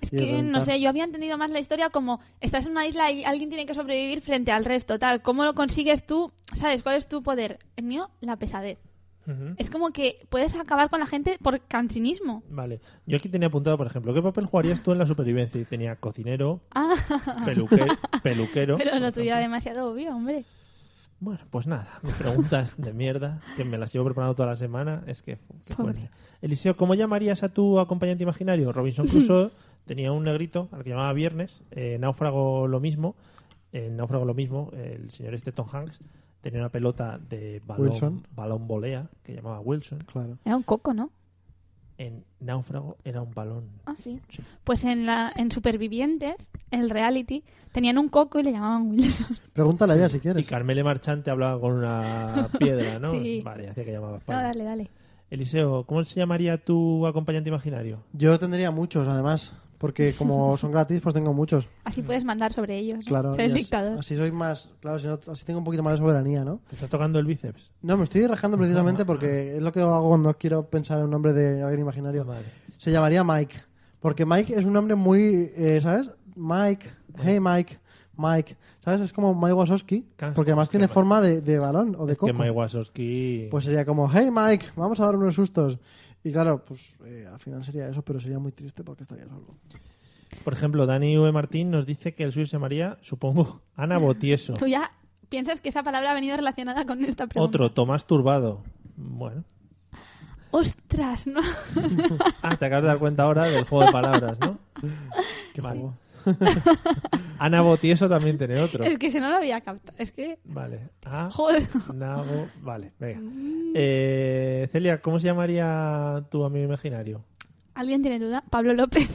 Speaker 3: Es
Speaker 2: y
Speaker 3: que, no
Speaker 2: rentar.
Speaker 3: sé, yo había entendido más la historia como estás en una isla y alguien tiene que sobrevivir frente al resto, tal. ¿Cómo lo consigues tú? ¿Sabes cuál es tu poder? El mío, la pesadez.
Speaker 1: Ujú.
Speaker 3: Es como que puedes acabar con la gente por cansinismo.
Speaker 1: Vale. Yo aquí tenía apuntado, por ejemplo, ¿qué papel jugarías tú en la supervivencia? Y tenía cocinero,
Speaker 3: Ah,
Speaker 1: peluquero, peluquero.
Speaker 3: pero
Speaker 1: por
Speaker 3: lo tuyo
Speaker 1: ejemplo.
Speaker 3: era demasiado obvio, hombre.
Speaker 1: Bueno, pues nada, mis preguntas de mierda, que me las llevo preparando toda la semana, es que fu, qué
Speaker 3: Pobre.
Speaker 1: fuerte. Eliseo, ¿cómo llamarías a tu acompañante imaginario? Robinson Crusoe tenía un negrito al que llamaba Viernes, eh, Náufrago lo mismo, en Náufrago lo mismo, el señor este Tom Hanks tenía una pelota de balón,
Speaker 2: Wilson.
Speaker 1: balón volea que llamaba Wilson,
Speaker 2: Claro.
Speaker 3: Era un coco, ¿no?
Speaker 1: en Náufrago era un balón.
Speaker 3: Ah, sí.
Speaker 1: Sí.
Speaker 3: Pues en, la, en Supervivientes, el reality, tenían un coco y le llamaban Wilson.
Speaker 2: Pregúntale a ella si
Speaker 1: Y
Speaker 2: quieres.
Speaker 1: Carmele Marchante hablaba con una piedra, ¿no?
Speaker 3: Sí.
Speaker 1: Vale, hacía que llamaba
Speaker 3: No,
Speaker 1: España.
Speaker 3: dale, dale.
Speaker 1: Eliseo, ¿cómo se llamaría tu acompañante imaginario?
Speaker 2: Yo tendría muchos, además. Porque como son gratis, pues tengo muchos.
Speaker 3: Así puedes mandar sobre ellos. ¿no?
Speaker 2: Claro.
Speaker 3: Ser
Speaker 2: y
Speaker 3: el
Speaker 2: así-
Speaker 3: dictador.
Speaker 2: Así soy más... Claro, si no- así tengo un poquito más de soberanía, ¿no?
Speaker 1: ¿Te está tocando el bíceps?
Speaker 2: No, me estoy rajando precisamente porque es lo que hago cuando quiero pensar en un nombre de alguien imaginario.
Speaker 1: Vale.
Speaker 2: Se llamaría Mike. Porque Mike es un nombre muy... eh, ¿Sabes? Mike. Hey, Mike. Mike. ¿Sabes? Es como Mike Wazowski.
Speaker 1: Claro,
Speaker 2: Porque además
Speaker 1: es que
Speaker 2: tiene
Speaker 1: Mike-
Speaker 2: forma de, de balón o de coco.
Speaker 1: Que Mike Wazowski.
Speaker 2: Pues sería como, hey Mike, vamos a dar unos sustos. Y claro, pues eh, al final sería eso, pero sería muy triste porque estaría solo.
Speaker 1: Por ejemplo, Dani V. Martín nos dice que el suyo se llamaría, supongo, Ana Botieso.
Speaker 3: Tú ya piensas que esa palabra ha venido relacionada con esta Pues, pregunta.
Speaker 1: Otro, Tomás Turbado. Bueno.
Speaker 3: Ostras, ¿no?
Speaker 1: Ah, te acabas de dar cuenta ahora del juego de palabras, ¿no?
Speaker 2: Qué juego.
Speaker 1: Ana Botieso también tiene otro.
Speaker 3: Es que se no lo había captado. Es que.
Speaker 1: Vale. Ah,
Speaker 3: Joder.
Speaker 1: Nago- Vale, venga.
Speaker 3: Mm.
Speaker 1: Eh, Celia, ¿cómo se llamaría tu amigo imaginario?
Speaker 3: ¿Alguien tiene duda? Pablo López.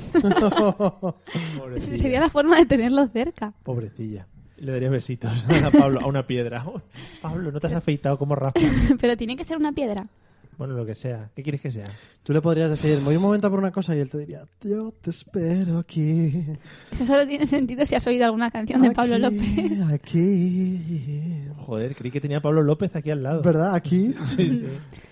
Speaker 1: Pobrecilla.
Speaker 3: Sería la forma de tenerlo cerca.
Speaker 1: Pobrecilla. Le daría besitos a Pablo, a una piedra. Pablo, no te has afeitado como raspa.
Speaker 3: Pero tiene que ser una piedra.
Speaker 1: Bueno, lo que sea. ¿Qué quieres que sea?
Speaker 2: Tú le podrías decir, voy un momento a por una cosa y él te diría, yo te espero aquí.
Speaker 3: Eso solo tiene sentido si has oído alguna canción de Pablo
Speaker 2: aquí,
Speaker 3: López.
Speaker 2: Aquí.
Speaker 1: Joder, creí que tenía a Pablo López aquí al lado.
Speaker 2: ¿Verdad? Aquí.
Speaker 1: Sí, sí.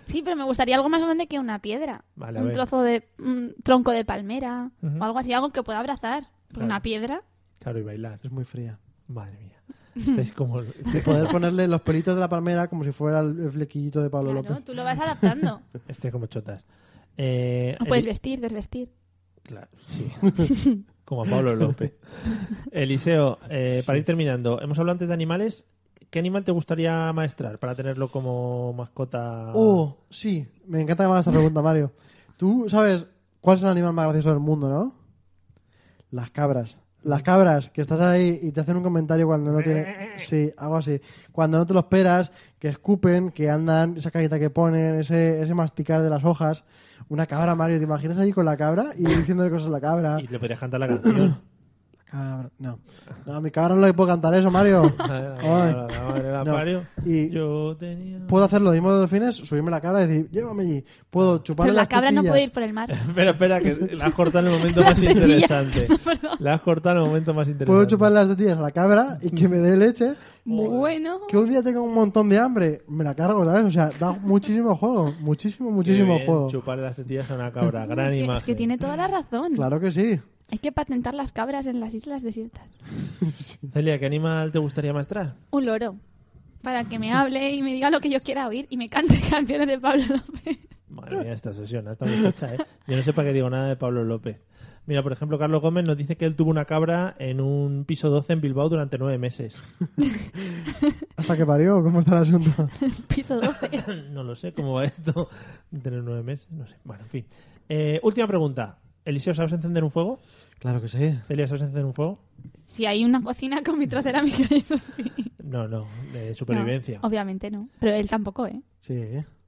Speaker 3: Sí, pero me gustaría algo más grande que una piedra.
Speaker 1: Vale, a
Speaker 3: un
Speaker 1: ver.
Speaker 3: trozo de. Un tronco de palmera.
Speaker 1: Ujú.
Speaker 3: O algo así, algo que pueda abrazar. Por una piedra.
Speaker 1: Claro, y bailar.
Speaker 2: Es muy fría.
Speaker 1: Madre mía. Estáis como...
Speaker 2: De
Speaker 1: Este,
Speaker 2: poder ponerle los pelitos de la palmera como si fuera el el flequillito de Pablo
Speaker 3: Claro,
Speaker 2: López.
Speaker 3: tú lo vas adaptando.
Speaker 1: estáis este como chotas. Eh,
Speaker 3: O puedes
Speaker 1: Eli-
Speaker 3: vestir, desvestir.
Speaker 1: Claro, sí. como a Pablo López. Eliseo, eh, para ir terminando, hemos hablado antes de animales. ¿Qué animal te gustaría maestrar para tenerlo como mascota?
Speaker 2: Oh, sí. Me encanta que me hagas esta pregunta, Mario. Tú sabes cuál es el animal más gracioso del mundo, ¿no? Las cabras. Las cabras, que estás ahí y te hacen un comentario cuando no tienen... Sí, algo así. Cuando no te lo esperas, que escupen, que andan, esa carita que ponen, ese, ese masticar de las hojas. Una cabra, Mario, ¿te imaginas allí con la cabra y diciéndole cosas a la cabra?
Speaker 1: Y le podrías cantar la canción.
Speaker 2: La cabra... No. No, a mi cabra no le puedo cantar eso, Mario. Ay.
Speaker 1: La madre la
Speaker 2: No.
Speaker 1: parió.
Speaker 2: Y-
Speaker 1: Yo tenía...
Speaker 2: Puedo hacer lo mismo de delfines, subirme la cabra y decir, llévame allí. Puedo chupar
Speaker 3: Pero la
Speaker 2: las
Speaker 3: cabra no
Speaker 2: tetillas.
Speaker 3: puede ir por el mar.
Speaker 1: Espera, espera, que la has cortado en el momento más
Speaker 3: tetillas.
Speaker 1: interesante.
Speaker 3: Perdón.
Speaker 1: La has cortado en el momento más interesante.
Speaker 2: Puedo chupar las tetillas a la cabra y que me dé leche.
Speaker 3: Bueno.
Speaker 2: Que un día tenga un montón de hambre, me la cargo, ¿sabes? O sea, da muchísimo juego. Muchísimo, muchísimo
Speaker 1: Qué bien,
Speaker 2: juego.
Speaker 1: Chupar las tetillas a una cabra. Gran
Speaker 3: es, que,
Speaker 1: imagen.
Speaker 3: es que tiene toda la razón.
Speaker 2: Claro que sí.
Speaker 3: Hay que patentar las cabras en las islas desiertas.
Speaker 1: Celia, ¿qué animal te gustaría maestrar?
Speaker 3: Un loro. Para que me hable y me diga lo que yo quiera oír y me cante canciones de Pablo López.
Speaker 1: Madre mía, esta sesión, esta muchacha, ¿eh? Yo no sé para qué digo nada de Pablo López. Mira, por ejemplo, Carlos Gómez nos dice que él tuvo una cabra en un piso 12 en Bilbao durante nueve meses.
Speaker 2: Hasta que parió, ¿cómo está el asunto?
Speaker 3: Piso 12.
Speaker 1: no lo sé cómo va esto de tener nueve meses, no sé. Bueno, en fin. Eh, última pregunta. Eliseo, ¿sabes encender un fuego?
Speaker 2: Claro que sí.
Speaker 1: Celia, ¿sabes encender un fuego?
Speaker 3: Si hay una cocina con vitrocerámica, eso sí.
Speaker 1: No, no, de
Speaker 3: No, Oh,
Speaker 1: supervivencia.
Speaker 3: obviamente no. Pero él tampoco, ¿eh?
Speaker 2: Sí.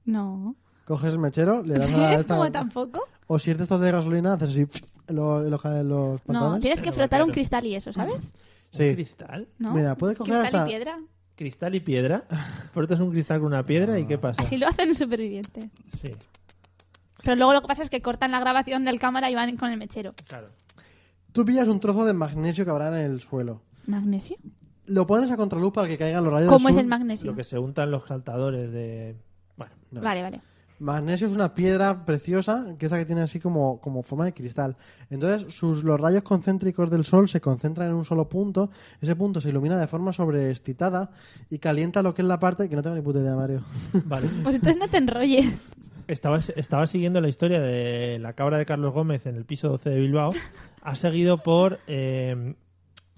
Speaker 3: No.
Speaker 2: Coges el mechero, le das a la
Speaker 3: ¿Es
Speaker 2: esta-
Speaker 3: como tampoco?
Speaker 2: O si eres de estos de gasolina, haces así en los, en los, en los
Speaker 3: No,
Speaker 2: pantalones.
Speaker 3: tienes que
Speaker 1: Pero
Speaker 3: frotar un
Speaker 1: bacano.
Speaker 3: cristal y eso, ¿sabes?
Speaker 1: ¿Un
Speaker 2: sí.
Speaker 1: cristal?
Speaker 3: ¿No?
Speaker 2: Mira, puedes coger
Speaker 3: cristal
Speaker 2: hasta-
Speaker 3: y piedra.
Speaker 1: ¿Cristal y piedra? ¿Frotas un cristal con una piedra y qué pasa?
Speaker 3: Así lo hacen los supervivientes.
Speaker 1: Sí,
Speaker 3: Pero luego lo que pasa es que cortan la grabación del cámara y van con el mechero.
Speaker 1: claro.
Speaker 2: Tú pillas un trozo de magnesio que habrá en el suelo.
Speaker 3: ¿Magnesio?
Speaker 2: Lo pones a contraluz para que caigan los rayos
Speaker 3: ¿Cómo
Speaker 2: del
Speaker 3: es
Speaker 2: sur.
Speaker 3: el magnesio?
Speaker 1: Lo que se untan los saltadores de... Bueno,
Speaker 2: No.
Speaker 3: Vale, vale.
Speaker 2: Magnesio es una piedra preciosa, que es la que tiene así como, como forma de cristal. Entonces, sus, los rayos concéntricos del sol se concentran en un solo punto. Ese punto se ilumina de forma sobreexcitada y calienta lo que es la parte que no tengo ni puta idea, Mario.
Speaker 1: vale.
Speaker 3: Pues entonces no te enrolles.
Speaker 1: Estaba, estaba siguiendo la historia de la cabra de Carlos Gómez en el piso 12 de Bilbao. Ha seguido por... eh,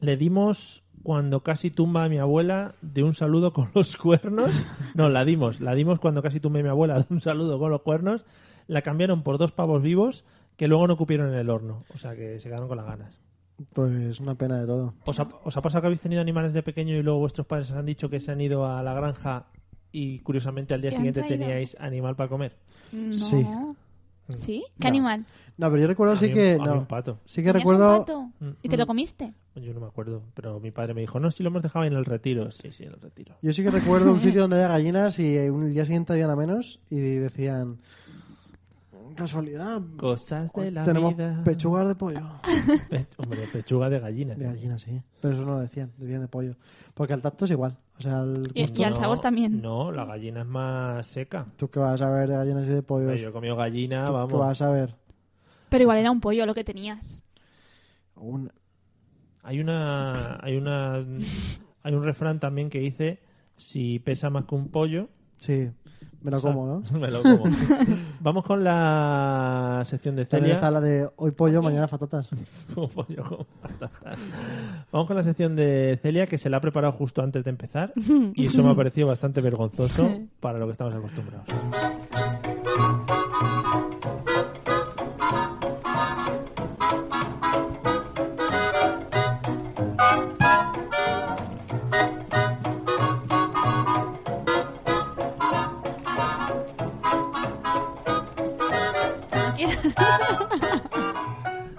Speaker 1: le dimos cuando casi tumba a mi abuela de un saludo con los cuernos. No, la dimos. La dimos cuando casi tumba a mi abuela de un saludo con los cuernos. La cambiaron por dos pavos vivos que luego no cupieron en el horno. O sea que se quedaron con las ganas.
Speaker 2: Pues una pena de todo.
Speaker 1: ¿Os ha, os ha pasado que habéis tenido animales de pequeño y luego vuestros padres os han dicho que se han ido a la granja y curiosamente al día
Speaker 3: ¿Te han
Speaker 1: siguiente
Speaker 3: traído?
Speaker 1: teníais animal para comer?
Speaker 3: No.
Speaker 2: Sí.
Speaker 3: ¿Sí? ¿Qué
Speaker 2: No.
Speaker 3: animal?
Speaker 2: No, pero yo recuerdo
Speaker 1: A
Speaker 2: sí
Speaker 1: mí
Speaker 2: que...
Speaker 1: un- a mí
Speaker 2: no.
Speaker 1: un pato.
Speaker 2: Sí que
Speaker 3: ¿Tenías un
Speaker 2: recuerdo...
Speaker 3: pato? ¿Y te lo comiste?
Speaker 1: Mm, Yo no me acuerdo, pero mi padre me dijo, no, si lo hemos dejado en el retiro. Sí, sí, en el retiro.
Speaker 2: Yo sí que recuerdo un sitio donde había gallinas y eh, un día siguiente habían a menos y decían... Casualidad,
Speaker 1: Mm. Cosas de la
Speaker 2: tenemos
Speaker 1: vida.
Speaker 2: pechugas de pollo.
Speaker 1: Pe- hombre, pechuga de gallina.
Speaker 2: De gallina, sí. Pero eso no lo decían, decían de pollo. Porque al tacto es igual. O sea, el
Speaker 3: Y-
Speaker 2: gusto.
Speaker 3: y al
Speaker 1: No,
Speaker 3: sabor también.
Speaker 1: No, la gallina es más seca.
Speaker 2: ¿Tú qué vas a ver de gallinas y de pollo?
Speaker 1: Pero yo he comido gallina,
Speaker 2: Pues ¿Tú qué
Speaker 1: vamos.
Speaker 2: vas a ver?
Speaker 3: Pero igual era un pollo lo que tenías.
Speaker 2: Un-
Speaker 1: Hay una, hay una, hay un refrán también que dice, si pesa más que un pollo,
Speaker 2: Sí, me lo
Speaker 1: sa-
Speaker 2: como, ¿no?
Speaker 1: me lo como. vamos con la sección de Celia.
Speaker 2: También está la de hoy pollo, mañana patatas.
Speaker 1: Un pollo con patatas. Vamos con la sección de Celia, que se la ha preparado justo antes de empezar. Y eso me ha parecido bastante vergonzoso para lo que estamos acostumbrados.
Speaker 3: Como quieras.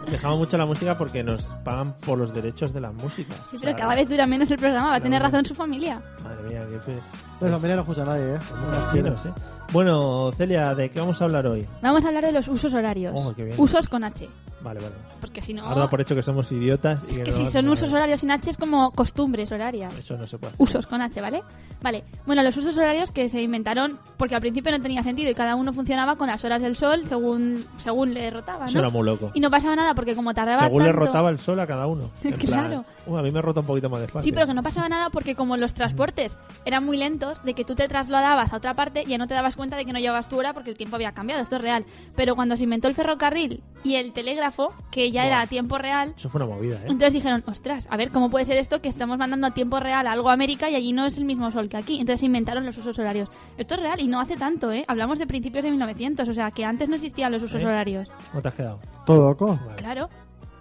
Speaker 1: Dejamos mucho la música porque nos pagan por los derechos de las músicas.
Speaker 3: Sí,
Speaker 1: O sea,
Speaker 3: pero cada vez dura menos el programa. Va a tener
Speaker 1: Claro.
Speaker 3: razón su familia.
Speaker 1: Madre mía, qué fe-
Speaker 2: Pero familia no escucha a nadie, ¿eh?
Speaker 1: somos asinos, ¿eh? Bueno, Celia, ¿de qué vamos a hablar hoy?
Speaker 3: Vamos a hablar de los usos horarios.
Speaker 1: Oh, qué bien.
Speaker 3: Usos con H.
Speaker 1: Vale, vale.
Speaker 3: Porque si no.
Speaker 1: Ahora da por hecho que somos idiotas. Y
Speaker 3: Es
Speaker 1: no
Speaker 3: que si
Speaker 1: vamos
Speaker 3: son
Speaker 1: a
Speaker 3: usos
Speaker 1: ver.
Speaker 3: horarios sin H es como costumbres horarias.
Speaker 1: Eso no se puede hacer.
Speaker 3: Usos con H, ¿vale? Vale. Bueno, los usos horarios que se inventaron porque al principio no tenía sentido y cada uno funcionaba con las horas del sol según según le rotaba,
Speaker 1: Eso era
Speaker 3: ¿no?
Speaker 1: muy loco.
Speaker 3: Y no pasaba nada porque como tardaba
Speaker 1: Según le
Speaker 3: tanto-
Speaker 1: rotaba el sol a cada uno. En
Speaker 3: Claro.
Speaker 1: plan, "Uh, a mí me rota un poquito más despacio.
Speaker 3: Sí, pero que no pasaba nada porque como
Speaker 1: Mm.
Speaker 3: los transportes eran muy lentos, de que tú te trasladabas a otra parte ya no te dabas cuenta de que no llevabas tu hora porque el tiempo había cambiado, esto es real. Pero cuando se inventó el ferrocarril y el telégrafo, que ya era
Speaker 1: Buah.
Speaker 3: a tiempo real,
Speaker 1: Eso fue una movida, ¿eh?
Speaker 3: entonces dijeron, ostras, a ver, ¿cómo puede ser esto que estamos mandando a tiempo real a algo a América y allí no es el mismo sol que aquí? Entonces se inventaron los usos horarios. Esto es real y no hace tanto, ¿eh? Hablamos de principios de 1900, o sea, que antes no existían los usos
Speaker 1: ¿Eh?
Speaker 3: horarios.
Speaker 1: ¿Cómo te has quedado?
Speaker 2: Todo loco.
Speaker 1: Vale.
Speaker 3: Claro.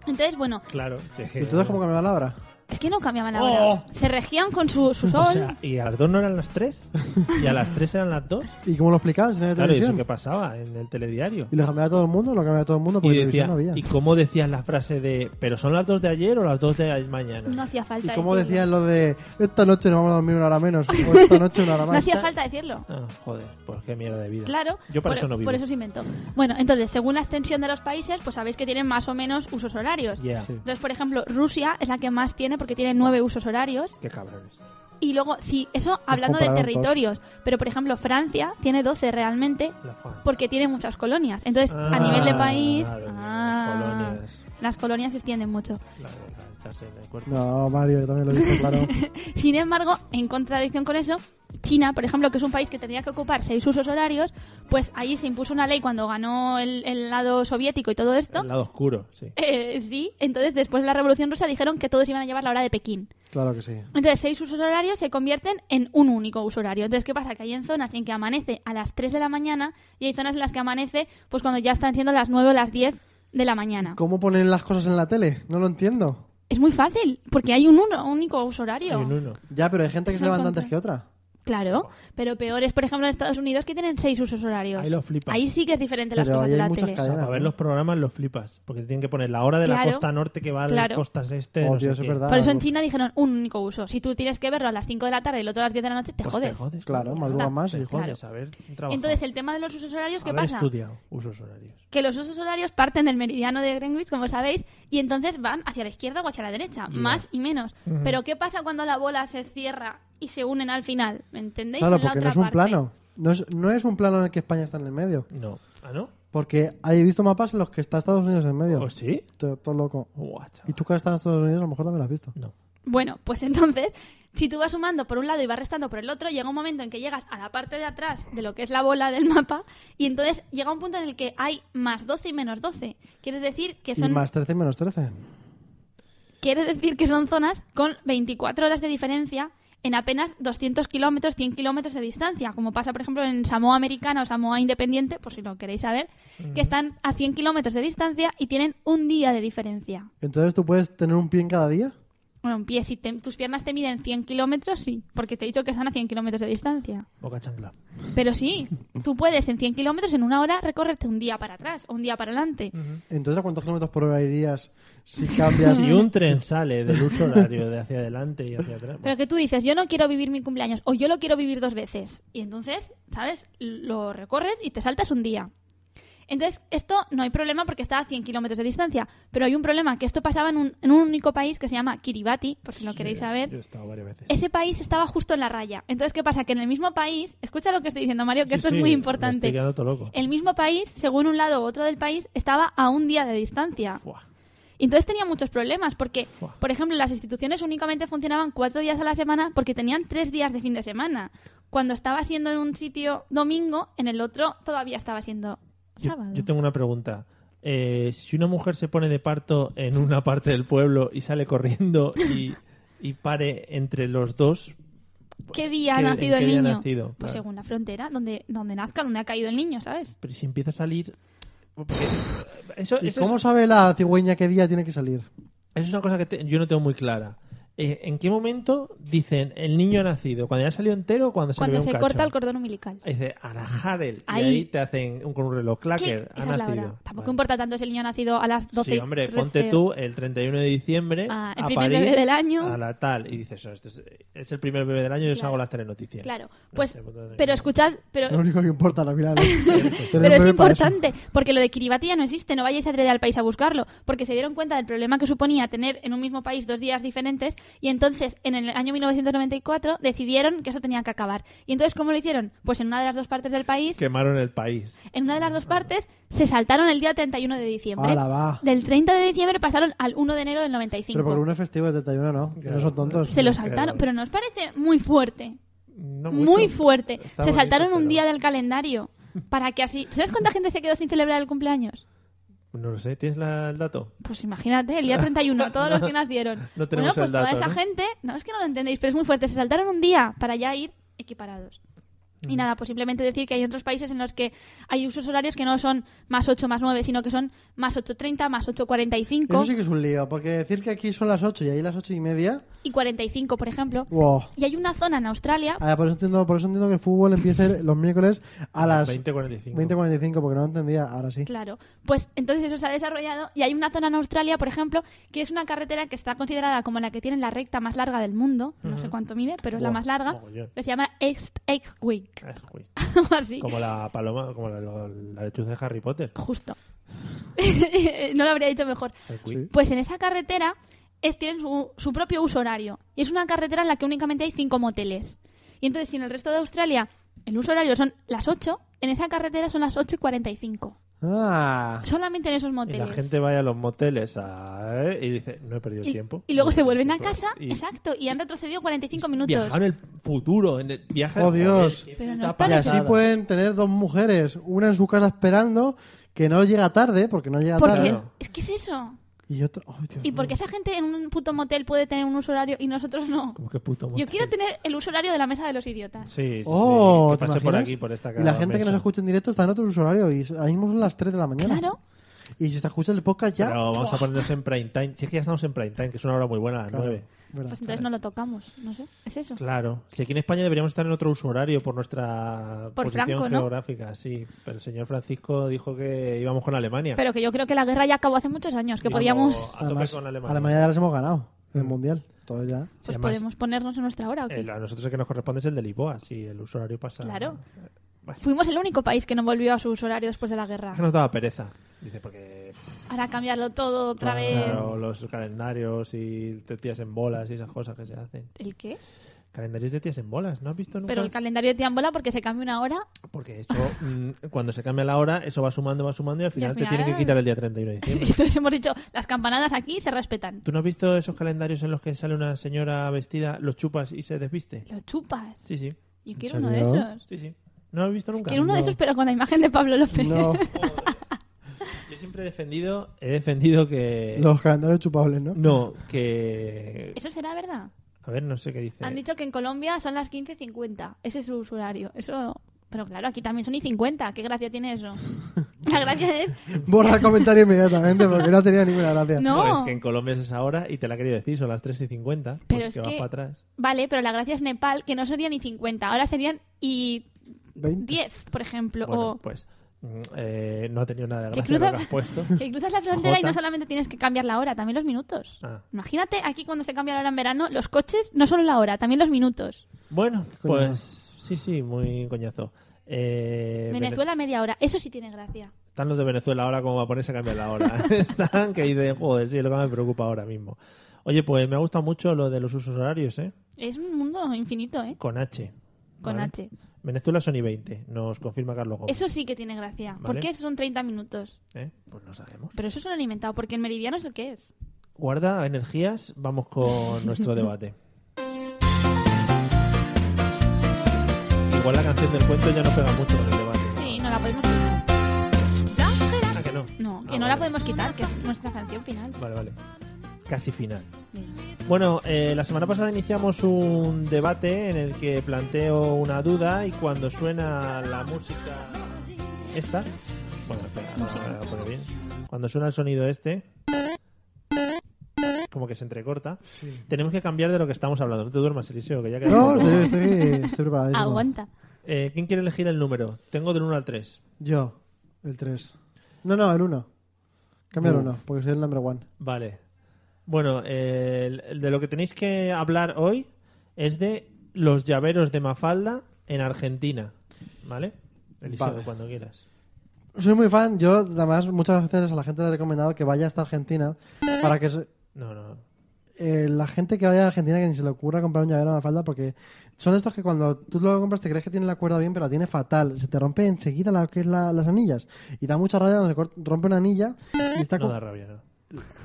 Speaker 3: Entonces, bueno,
Speaker 1: Claro.
Speaker 2: ¿Y tú cómo cambiar la hora?
Speaker 3: es que no cambiaban la
Speaker 1: Oh.
Speaker 3: hora. Se regían con su, su sol.
Speaker 1: O sea, ¿y a las dos no eran las tres? ¿Y a las tres eran las dos?
Speaker 2: ¿Y cómo lo explicaban si no había
Speaker 1: Claro, ¿y eso
Speaker 2: televisión?
Speaker 1: qué pasaba en el telediario?
Speaker 2: ¿Y lo cambiaba todo el mundo? Lo cambiaba todo el mundo porque
Speaker 1: Y,
Speaker 2: televisión
Speaker 1: decía,
Speaker 2: no había.
Speaker 1: ¿Y cómo decías la frase de pero son las dos de ayer o las dos de mañana?
Speaker 3: no hacía falta
Speaker 2: ¿Y cómo
Speaker 3: decirlo.
Speaker 2: decían lo de esta noche nos vamos a dormir una hora menos? O esta noche una hora
Speaker 3: No
Speaker 2: más.
Speaker 3: hacía falta decirlo.
Speaker 1: Ah, joder, pues qué mierda de vida.
Speaker 3: Claro,
Speaker 1: Yo para
Speaker 3: por,
Speaker 1: eso no vivo.
Speaker 3: por eso se inventó. Bueno, entonces, según la extensión de los países, pues sabéis que tienen más o menos usos horarios.
Speaker 1: Yeah.
Speaker 2: Sí.
Speaker 3: Entonces, por ejemplo, Rusia es la que más tiene porque tiene nueve usos horarios.
Speaker 1: Qué cabrones.
Speaker 3: Y luego, sí, eso hablando de
Speaker 2: compararon todos.
Speaker 3: territorios. Pero, por ejemplo, Francia tiene 12 realmente
Speaker 1: La Francia.
Speaker 3: porque tiene muchas colonias. Entonces,
Speaker 1: Ah,
Speaker 3: a nivel de país,
Speaker 1: claro, las
Speaker 3: ah,
Speaker 1: colonias.
Speaker 3: las colonias se extienden mucho.
Speaker 1: La- la- echarse en el cuerpo.
Speaker 2: No, Mario, yo también lo dije, claro.
Speaker 3: Sin embargo, en contradicción con eso, China, por ejemplo, que es un país que tendría que ocupar seis usos horarios, pues allí se impuso una ley cuando ganó el, el lado soviético y todo esto.
Speaker 1: El lado oscuro, sí.
Speaker 3: Eh, sí, entonces después de la Revolución Rusa dijeron que todos iban a llevar la hora de Pekín.
Speaker 2: Claro que sí.
Speaker 3: Entonces, seis usos horarios se convierten en un único uso horario. Entonces, ¿qué pasa? Que hay en zonas en que amanece a las 3 de la mañana y hay zonas en las que amanece pues cuando ya están siendo las 9 o las 10 de la mañana.
Speaker 2: ¿Cómo ponen las cosas en la tele? No lo entiendo.
Speaker 3: Es muy fácil, porque hay un uno- único uso
Speaker 1: Hay
Speaker 3: horario.
Speaker 1: un uno.
Speaker 2: Ya, pero hay gente que
Speaker 3: Es
Speaker 2: se
Speaker 3: el
Speaker 2: levanta antes
Speaker 3: contra-
Speaker 2: que otra.
Speaker 3: Claro, pero peor es, por ejemplo, en Estados Unidos que tienen seis usos horarios.
Speaker 1: Ahí lo flipas.
Speaker 3: Ahí sí que es diferente las
Speaker 2: Pero
Speaker 3: cosas
Speaker 2: ahí
Speaker 3: de
Speaker 2: hay
Speaker 3: la
Speaker 2: muchas
Speaker 3: tele.
Speaker 2: cadenas.
Speaker 1: Para ver los programas los flipas, porque te tienen que poner la hora de
Speaker 3: Claro.
Speaker 1: la costa norte que va de
Speaker 3: Claro.
Speaker 1: costas este.
Speaker 2: Oh,
Speaker 1: no sé
Speaker 2: Dios, es
Speaker 1: qué.
Speaker 2: verdad.
Speaker 3: Por eso en
Speaker 2: Uf,
Speaker 3: China dijeron un único uso. Si tú tienes que verlo a las 5 de la tarde y el otro a las 10 de la noche, te
Speaker 1: Pues
Speaker 3: jodes.
Speaker 1: te jodes.
Speaker 2: Claro,
Speaker 1: te
Speaker 2: madruga más y
Speaker 1: jodes,
Speaker 2: joder.
Speaker 3: Claro.
Speaker 1: a ver, trabajo.
Speaker 3: Entonces, el tema de los usos horarios, ¿qué
Speaker 1: Haber
Speaker 3: pasa?
Speaker 1: estudiado usos horarios.
Speaker 3: Que los usos horarios parten del meridiano de Greenwich, como sabéis, y entonces van hacia la izquierda o hacia la derecha, más y menos. Pero ¿qué pasa cuando la bola se cierra y se unen al final? ¿Me entendéis?
Speaker 2: Claro,
Speaker 3: En la
Speaker 2: porque no
Speaker 3: otra
Speaker 2: es un
Speaker 3: parte.
Speaker 2: plano. No es, no es un plano en el que España está en el medio.
Speaker 1: No. ¿Ah, no?
Speaker 2: Porque he visto mapas en los que está Estados Unidos en el medio.
Speaker 1: ¿O sí?
Speaker 2: Todo, todo loco.
Speaker 1: Buah, chaval.
Speaker 2: Y tú que has estado en Estados Unidos, a lo mejor también lo has visto.
Speaker 1: No.
Speaker 3: Bueno, pues entonces, si tú vas sumando por un lado y vas restando por el otro, llega un momento en que llegas a la parte de atrás de lo que es la bola del mapa, y entonces llega un punto en el que hay más 12 y menos 12. Quiere decir que
Speaker 2: Y
Speaker 3: son,
Speaker 2: más 13 y menos 13.
Speaker 3: quiere decir que son zonas con 24 horas de diferencia en apenas 200 kilómetros, 100 kilómetros de distancia, como pasa, por ejemplo, en Samoa Americana o Samoa Independiente, por si lo queréis saber, que están a 100 kilómetros de distancia y tienen un día de diferencia.
Speaker 2: Entonces tú puedes tener un pie en cada día.
Speaker 3: Bueno, un pie, si te- tus piernas te miden 100 kilómetros, sí, porque te he dicho que están a 100 kilómetros de distancia.
Speaker 1: Boca chancla.
Speaker 3: Pero sí, tú puedes en 100 kilómetros en una hora recorrerte un día para atrás o un día para adelante.
Speaker 2: Entonces, ¿a cuántos kilómetros por hora irías si cambias?
Speaker 1: Mm. Si un tren sale del uso horario de hacia adelante y hacia atrás.
Speaker 3: Pero que tú dices, yo no quiero vivir mi cumpleaños o yo lo quiero vivir dos veces. Y entonces, ¿sabes? Lo recorres y te saltas un día. Entonces, esto no hay problema porque está a 100 kilómetros de distancia. Pero hay un problema, que esto pasaba en un, en un único país que se llama Kiribati, por si lo queréis saber.
Speaker 1: Yo he estado varias veces.
Speaker 3: Ese país estaba justo en la raya. Entonces, ¿qué pasa? Que en el mismo país, escucha lo que estoy diciendo, Mario, que
Speaker 1: Sí,
Speaker 3: esto
Speaker 1: sí,
Speaker 3: es muy
Speaker 1: Me estoy
Speaker 3: importante. Eh,
Speaker 1: quedando todo loco.
Speaker 3: El mismo país, según un lado u otro del país, estaba a un día de distancia.
Speaker 1: Fuah.
Speaker 3: Y entonces tenía muchos problemas porque,
Speaker 1: Fua.
Speaker 3: por ejemplo, las instituciones únicamente funcionaban cuatro días a la semana porque tenían tres días de fin de semana. Cuando estaba siendo en un sitio domingo, en el otro todavía estaba siendo
Speaker 1: Yo,
Speaker 3: sábado.
Speaker 1: yo tengo una pregunta. Eh, si una mujer se pone de parto en una parte del pueblo y sale corriendo y, y pare entre los dos,
Speaker 3: ¿Qué día
Speaker 1: ¿qué-
Speaker 3: ha
Speaker 1: en
Speaker 3: nacido
Speaker 1: qué
Speaker 3: el
Speaker 1: día ha
Speaker 3: niño?
Speaker 1: nacido? Claro.
Speaker 3: Pues según la frontera, donde, donde nazca, donde ha caído el niño, ¿sabes?
Speaker 1: pero si empieza a salir... porque- Eso,
Speaker 2: ¿Y
Speaker 1: eso
Speaker 2: cómo
Speaker 1: es,
Speaker 2: sabe la cigüeña qué día tiene que salir?
Speaker 1: eso es una cosa que te- yo no tengo muy clara. eh, ¿en qué momento dicen el niño ha nacido? ¿Cuando ya salió entero o cuando se le
Speaker 3: Cuando
Speaker 1: ve un
Speaker 3: se
Speaker 1: cacho?
Speaker 3: corta el cordón umbilical.
Speaker 1: Y dice, arajar el.
Speaker 3: Ahí.
Speaker 1: Y ahí te hacen un, con un reloj clacker.
Speaker 3: Clic,
Speaker 1: Ah, Ha
Speaker 3: esa es la hora.
Speaker 1: nacido.
Speaker 3: Tampoco
Speaker 1: Vale.
Speaker 3: importa tanto si el niño ha nacido a las 12.
Speaker 1: sí, hombre,
Speaker 3: 13.
Speaker 1: ponte tú el 31 de diciembre
Speaker 3: Ah, el
Speaker 1: a
Speaker 3: primer
Speaker 1: París,
Speaker 3: bebé del año.
Speaker 1: A la tal. Y dices, "Este es, es el primer bebé del año, yo os
Speaker 3: Claro.
Speaker 1: hago las telenoticias.
Speaker 3: Claro, pues,
Speaker 1: Este puto de-
Speaker 3: pero escuchad, pero,
Speaker 2: Lo único que importa, la final.
Speaker 3: pero es importante, porque lo de Kiribati ya no existe, no vayáis a adrede al país a buscarlo, porque se dieron cuenta del problema que suponía tener en un mismo país dos días diferentes, y entonces en el año 1994 decidieron que eso tenía que acabar. Y entonces, ¿cómo lo hicieron? Pues en una de las dos partes del país,
Speaker 1: Quemaron el país.
Speaker 3: en una de las dos partes, se saltaron el día 31 de diciembre.
Speaker 2: Hala, va.
Speaker 3: Del 30 de diciembre pasaron al 1 de enero del
Speaker 2: Pero porque
Speaker 3: 95.
Speaker 2: uno es festivo de 31, ¿no? Que no son tontos.
Speaker 3: Se lo saltaron, pero nos parece muy fuerte.
Speaker 1: No mucho.
Speaker 3: Muy fuerte.
Speaker 1: Está
Speaker 3: se
Speaker 1: bonito,
Speaker 3: saltaron un
Speaker 1: pero-
Speaker 3: día del calendario. Para que así. ¿Sabes cuánta gente se quedó sin celebrar el cumpleaños?
Speaker 1: No lo sé, ¿tienes la- el dato?
Speaker 3: Pues imagínate, el día 31, todos los que nacieron.
Speaker 1: No tenemos
Speaker 3: bueno, pues
Speaker 1: el
Speaker 3: toda
Speaker 1: dato,
Speaker 3: esa
Speaker 1: ¿no?
Speaker 3: gente. No, es que no lo entendéis, pero es muy fuerte. Se saltaron un día para ya ir equiparados.
Speaker 1: Mm.
Speaker 3: Y nada, pues simplemente decir que hay otros países en los que hay usos horarios que no son más 8 más 9, sino que son más 8.30, más 8.45
Speaker 2: Eso sí que es un lío, porque decir que aquí son las 8 y ahí las 8 y media.
Speaker 3: y 45, por ejemplo.
Speaker 2: ¡Wow!
Speaker 3: Y hay una zona en Australia
Speaker 2: Ah, por, eso entiendo, por eso entiendo que el fútbol empiece los miércoles a las
Speaker 1: 20.45.
Speaker 2: 20.45, porque no lo entendía, ahora sí.
Speaker 3: Claro, pues entonces eso se ha desarrollado y hay una zona en Australia, por ejemplo, que es una carretera que está considerada como la que tiene la recta más larga del mundo, no sé cuánto mide, pero es la
Speaker 1: Buah,
Speaker 3: más larga,
Speaker 1: mogollón.
Speaker 3: que se llama East Exwick,
Speaker 1: Ah, es justo.
Speaker 3: algo así,
Speaker 1: Como la paloma, como la, la lechuza de Harry Potter.
Speaker 3: justo. no lo habría dicho mejor.
Speaker 1: El quick.
Speaker 3: Pues en esa carretera es, tienen su, su propio uso horario. Y es una carretera en la que únicamente hay cinco moteles. Y entonces, si en el resto de Australia el uso horario son las 8, en esa carretera son las 8 y 45.
Speaker 2: Ah,
Speaker 3: Solamente en esos
Speaker 1: Y
Speaker 3: moteles.
Speaker 1: la gente vaya a los moteles a- ¿eh? y dice, no he perdido
Speaker 3: y,
Speaker 1: tiempo.
Speaker 3: y luego
Speaker 1: No he
Speaker 3: se
Speaker 1: perdido
Speaker 3: vuelven a
Speaker 1: tiempo.
Speaker 3: casa,
Speaker 1: Y
Speaker 3: exacto, y han retrocedido 45 minutos.
Speaker 1: Viajaron el futuro. En el viaje
Speaker 2: Oh, Dios.
Speaker 1: Joder, qué
Speaker 3: Pero
Speaker 1: puta
Speaker 3: no es
Speaker 2: y
Speaker 3: para
Speaker 2: así
Speaker 1: pasada.
Speaker 2: pueden tener dos mujeres, una en su casa esperando, que no llega tarde, porque no llega
Speaker 3: ¿Por
Speaker 2: tarde.
Speaker 3: qué?
Speaker 1: Claro.
Speaker 3: Es que es eso.
Speaker 2: Y otra. ay, Dios
Speaker 3: ¿Y por qué
Speaker 2: mío.
Speaker 3: esa gente en un puto motel puede tener un uso horario y nosotros no?
Speaker 1: Como que puto
Speaker 3: Yo
Speaker 1: motel.
Speaker 3: quiero tener el uso horario de la mesa de los idiotas.
Speaker 1: Sí, sí, sí,
Speaker 2: Oh,
Speaker 1: que
Speaker 2: ¿te
Speaker 1: pase por
Speaker 2: imaginas?
Speaker 1: aquí, por esta
Speaker 2: Y la gente que
Speaker 1: mesa.
Speaker 2: nos escucha en directo está en otro usuario y ahí mismo son las 3 de la mañana.
Speaker 3: Claro.
Speaker 2: Y si te escucha el podcast ya.
Speaker 1: Pero vamos a
Speaker 2: ¡buah!
Speaker 1: ponernos en prime time. Si es que ya estamos en prime time, que es una hora muy buena, a las
Speaker 2: Claro,
Speaker 1: nueve.
Speaker 2: verdad.
Speaker 3: Pues entonces no lo tocamos, no sé. Es eso.
Speaker 1: Claro. Si aquí en España deberíamos estar en otro uso horario por nuestra
Speaker 3: Por
Speaker 1: posición
Speaker 3: Franco, ¿no?
Speaker 1: geográfica, sí. Pero el señor Francisco dijo que íbamos con Alemania.
Speaker 3: Pero que yo creo que la guerra ya acabó hace muchos años, que
Speaker 1: Dijo,
Speaker 3: podíamos...
Speaker 1: A tope
Speaker 2: Además,
Speaker 1: con Alemania. Mm.
Speaker 2: Alemania. ya las hemos ganado en el mundial. Todo ya.
Speaker 3: Pues
Speaker 1: además-
Speaker 3: podemos ponernos en nuestra hora, ¿o qué?
Speaker 1: El- a nosotros el que nos corresponde es el de Lisboa, si el uso horario pasa.
Speaker 3: Claro.
Speaker 1: eh, Bueno,
Speaker 3: Fuimos el único país que no volvió a su uso horario después de la
Speaker 1: es que
Speaker 3: guerra.
Speaker 1: nos daba pereza. Dice, porque.
Speaker 3: Ahora cambiarlo todo otra vez.
Speaker 1: Claro, los calendarios y te tías en bolas y esas cosas que se hacen.
Speaker 3: ¿El qué?
Speaker 1: Calendarios de tías en bolas, ¿no has visto nunca?
Speaker 3: Pero el calendario de Tiambola porque se cambia una hora
Speaker 1: Porque eso, mm, cuando se cambia la hora, eso va sumando, va sumando y al final,
Speaker 3: final-
Speaker 1: te tienen que quitar el día 31 de diciembre.
Speaker 3: Entonces hemos dicho, las campanadas aquí se respetan.
Speaker 1: ¿Tú no has visto esos calendarios en los que sale una señora vestida, los chupas y se desviste?
Speaker 3: Los chupas.
Speaker 1: Sí, sí.
Speaker 3: Yo
Speaker 2: ¿En
Speaker 3: quiero uno de
Speaker 2: serio?
Speaker 3: esos.
Speaker 1: Sí, sí. ¿No lo has visto nunca?
Speaker 3: Quiero uno de
Speaker 1: No.
Speaker 3: esos, pero con la imagen de Pablo López.
Speaker 2: No,
Speaker 1: Yo siempre he defendido, he defendido que...
Speaker 2: los calendarios chupables, ¿no?
Speaker 1: No, que...
Speaker 3: Eso será verdad.
Speaker 1: A ver, no sé qué dice.
Speaker 3: Han dicho que en Colombia son las 15.50. Ese es su usuario. Eso. Pero claro, aquí también son y 50. ¿Qué gracia tiene eso? La gracia es.
Speaker 2: Borra el comentario inmediatamente porque no tenía ninguna gracia.
Speaker 3: No.
Speaker 1: es Pues que en Colombia es esa hora y te la quería decir, son las 3 y 50.
Speaker 3: Pero
Speaker 1: pues
Speaker 3: es
Speaker 1: que vas
Speaker 3: que-
Speaker 1: para atrás.
Speaker 3: Vale, pero la gracia es Nepal, que no serían ni 50. Ahora serían y
Speaker 2: ¿Veinte?
Speaker 3: 10, por ejemplo.
Speaker 1: Bueno,
Speaker 3: o
Speaker 1: pues mm, eh, no ha tenido nada de
Speaker 3: Que
Speaker 1: gracia lo que
Speaker 3: cruzas-
Speaker 1: has puesto.
Speaker 3: que cruzas la frontera y
Speaker 2: Jota.
Speaker 3: no solamente tienes que cambiar la hora, también los minutos.
Speaker 1: Ah.
Speaker 3: Imagínate aquí cuando se cambia la hora en verano, los coches, no solo la hora, también los minutos.
Speaker 1: Bueno,
Speaker 2: coñazo.
Speaker 1: pues sí, sí, muy coñazo. Eh,
Speaker 3: Venezuela media hora. Eso sí tiene gracia.
Speaker 1: Están los de Venezuela ahora como va a ponerse a cambiar la hora. Están que dicen, joder, sí, es lo que me preocupa ahora mismo. Oye, pues me ha gustado mucho lo de los usos horarios, ¿eh?
Speaker 3: Es un mundo infinito, ¿eh?
Speaker 1: Con H.
Speaker 3: Con
Speaker 1: ¿vale?
Speaker 3: H.
Speaker 1: Venezuela son y 20, nos confirma Carlos Gómez.
Speaker 3: Eso sí que tiene gracia. ¿Por
Speaker 1: Vale.
Speaker 3: qué son 30 minutos?
Speaker 1: ¿eh? Pues no sabemos.
Speaker 3: Pero eso se lo han inventado, porque el meridiano es el que es.
Speaker 1: Guarda energías, vamos con nuestro debate. Igual la canción del cuento ya no pega mucho con el debate.
Speaker 3: Sí, no la podemos quitar.
Speaker 1: Ah, que no.
Speaker 3: No, que
Speaker 1: Ah,
Speaker 3: no
Speaker 1: vale.
Speaker 3: la podemos quitar, que es nuestra canción final.
Speaker 1: Vale, vale. Casi final. Bueno, eh, la semana pasada iniciamos un debate en el que planteo una duda y cuando suena la música esta, bueno, espera, ahora
Speaker 3: Música.
Speaker 1: la voy a poner bien. Cuando suena el sonido este, como que se entrecorta, tenemos que cambiar de lo que estamos hablando. No te duermas, Eliseo, que ya queda
Speaker 2: No,
Speaker 1: poco.
Speaker 2: estoy, estoy, estoy preparadísimo.
Speaker 3: Aguanta.
Speaker 1: Eh, ¿Quién quiere elegir el número? Tengo del 1 al 3.
Speaker 2: Yo, el 3. No, no, el 1. Cambia el
Speaker 1: Uf.
Speaker 2: 1, porque soy el number one.
Speaker 1: Vale. Bueno, eh, el- el de lo que tenéis que hablar hoy es de los llaveros de Mafalda en Argentina. ¿Vale? Eliseo,
Speaker 2: Vale.
Speaker 1: cuando quieras.
Speaker 2: Soy muy fan, yo además muchas veces a la gente le he recomendado que vaya hasta Argentina para que se-
Speaker 1: No, no.
Speaker 2: eh, la gente que vaya a Argentina que ni se le ocurra comprar un llavero a falda porque son estos que cuando tú lo compras te crees que tiene la cuerda bien pero la tiene fatal, se te rompe enseguida la- que es la- las anillas y da mucha rabia cuando se cort- rompe una anilla y está
Speaker 1: No
Speaker 2: como-
Speaker 1: da rabia, no.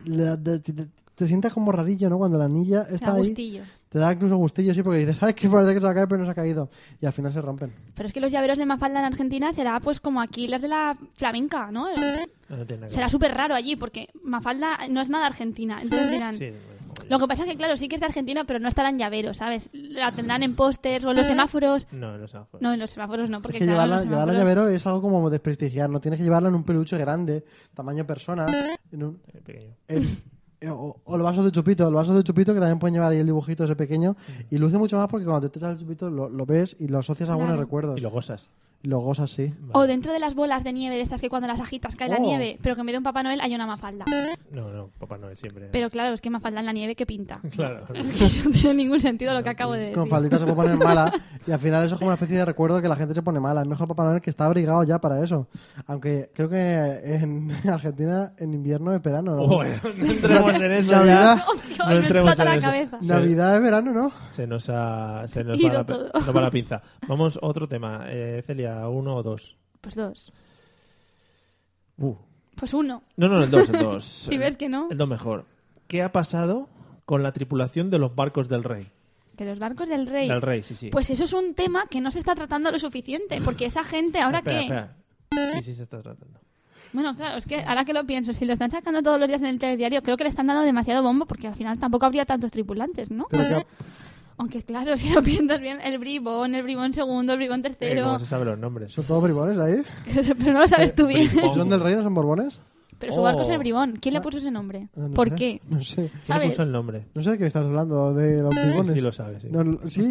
Speaker 2: la- de- te, te- te sientes como rarillo, ¿no? Cuando la anilla
Speaker 3: Da
Speaker 2: está ahí
Speaker 3: gustillo.
Speaker 2: te da incluso gustillo, sí, porque dices, ay, que parece que se va a caer pero no se ha caído y al final se rompen.
Speaker 3: Pero es que los llaveros de Mafalda en Argentina será pues como aquí las de la flamenca, ¿no?
Speaker 1: No, no tiene nada que
Speaker 3: Será
Speaker 1: ver.
Speaker 3: súper raro allí porque Mafalda no es nada argentina. Entonces dirán...
Speaker 1: Sí, bueno, joder.
Speaker 3: Lo que pasa es que, claro, sí que es de Argentina, pero no estarán llaveros, ¿sabes? La tendrán en pósters o en los semáforos.
Speaker 1: No, no se va a
Speaker 3: No, en los semáforos no, porque
Speaker 2: es que
Speaker 3: claro,
Speaker 2: llevarla,
Speaker 3: los
Speaker 2: llevarla
Speaker 3: semáforos-
Speaker 2: llavero es algo como desprestigiar, no tienes que llevarla en un peluche grande, tamaño persona, en un-
Speaker 1: Eh, pequeño.
Speaker 2: el- o, o el vaso de chupito, el vaso de chupito que también pueden llevar ahí el dibujito ese pequeño y luce mucho más porque cuando te echas el chupito lo, lo ves y lo asocias a algunos
Speaker 3: Claro.
Speaker 2: recuerdos
Speaker 1: Y lo gozas.
Speaker 2: y lo gozas, sí.
Speaker 3: O dentro de las bolas de nieve de estas que cuando las agitas cae la
Speaker 2: Oh.
Speaker 3: nieve, pero que en vez de un Papá Noel hay una Mafalda.
Speaker 1: No, no, Papá Noel siempre.
Speaker 3: Pero claro, es que Mafalda en la nieve, ¿qué pinta?
Speaker 1: Claro.
Speaker 3: Es que no tiene ningún sentido lo que acabo de decir.
Speaker 2: Con faldita se puede poner mala y al final eso es como una especie de recuerdo que la gente se pone mala. Es mejor Papá Noel que está abrigado ya para eso. Aunque creo que en Argentina en invierno es verano. ¿no?
Speaker 1: Bueno, no entremos en eso
Speaker 2: Navidad.
Speaker 1: ya.
Speaker 3: Oh, Dios,
Speaker 1: No
Speaker 3: me
Speaker 1: entremos
Speaker 3: explota
Speaker 1: en
Speaker 3: la
Speaker 1: eso.
Speaker 3: cabeza.
Speaker 1: Sí.
Speaker 2: Navidad es verano, ¿no?
Speaker 1: Se nos ha. Se nos va,
Speaker 3: Ido
Speaker 1: la,
Speaker 3: todo.
Speaker 1: nos va la pinza. Vamos, otro tema. Eh, Celia, ¿uno o dos?
Speaker 3: Pues dos.
Speaker 1: Uh.
Speaker 3: Pues uno.
Speaker 1: No, no, el dos, el dos.
Speaker 3: Si ves que no.
Speaker 1: El dos mejor. ¿Qué ha pasado con la tripulación de los barcos del rey?
Speaker 3: De los barcos del rey.
Speaker 1: Del rey, sí, sí.
Speaker 3: Pues eso es un tema que no se está tratando lo suficiente, porque esa gente ahora
Speaker 1: espera,
Speaker 3: que...
Speaker 1: espera. Sí, sí, se está tratando.
Speaker 3: Bueno, claro, es que ahora que lo pienso, si lo están sacando todos los días en el telediario, creo que le están dando demasiado bombo, porque al final tampoco habría tantos tripulantes, ¿no?
Speaker 2: Pero que-
Speaker 3: Aunque claro, si lo piensas bien, el bribón, el bribón segundo, el bribón
Speaker 1: Eh,
Speaker 3: tercero,
Speaker 1: ¿Cómo se saben los nombres?
Speaker 2: ¿Son todos bribones ahí?
Speaker 1: Eh,
Speaker 3: pero no lo sabes tú bien.
Speaker 2: Si ¿Son del rey no son borbones?
Speaker 3: Pero su barco es
Speaker 1: Oh.
Speaker 3: el bribón. ¿Quién le puso ese nombre?
Speaker 2: Ah, no
Speaker 3: ¿Por
Speaker 2: sé.
Speaker 3: qué?
Speaker 2: No sé.
Speaker 1: ¿Quién le
Speaker 3: ¿Sabes?
Speaker 1: puso el nombre?
Speaker 2: No sé de qué me estás hablando, de los bribones.
Speaker 1: sí lo sabes, sí.
Speaker 2: No, no- sí.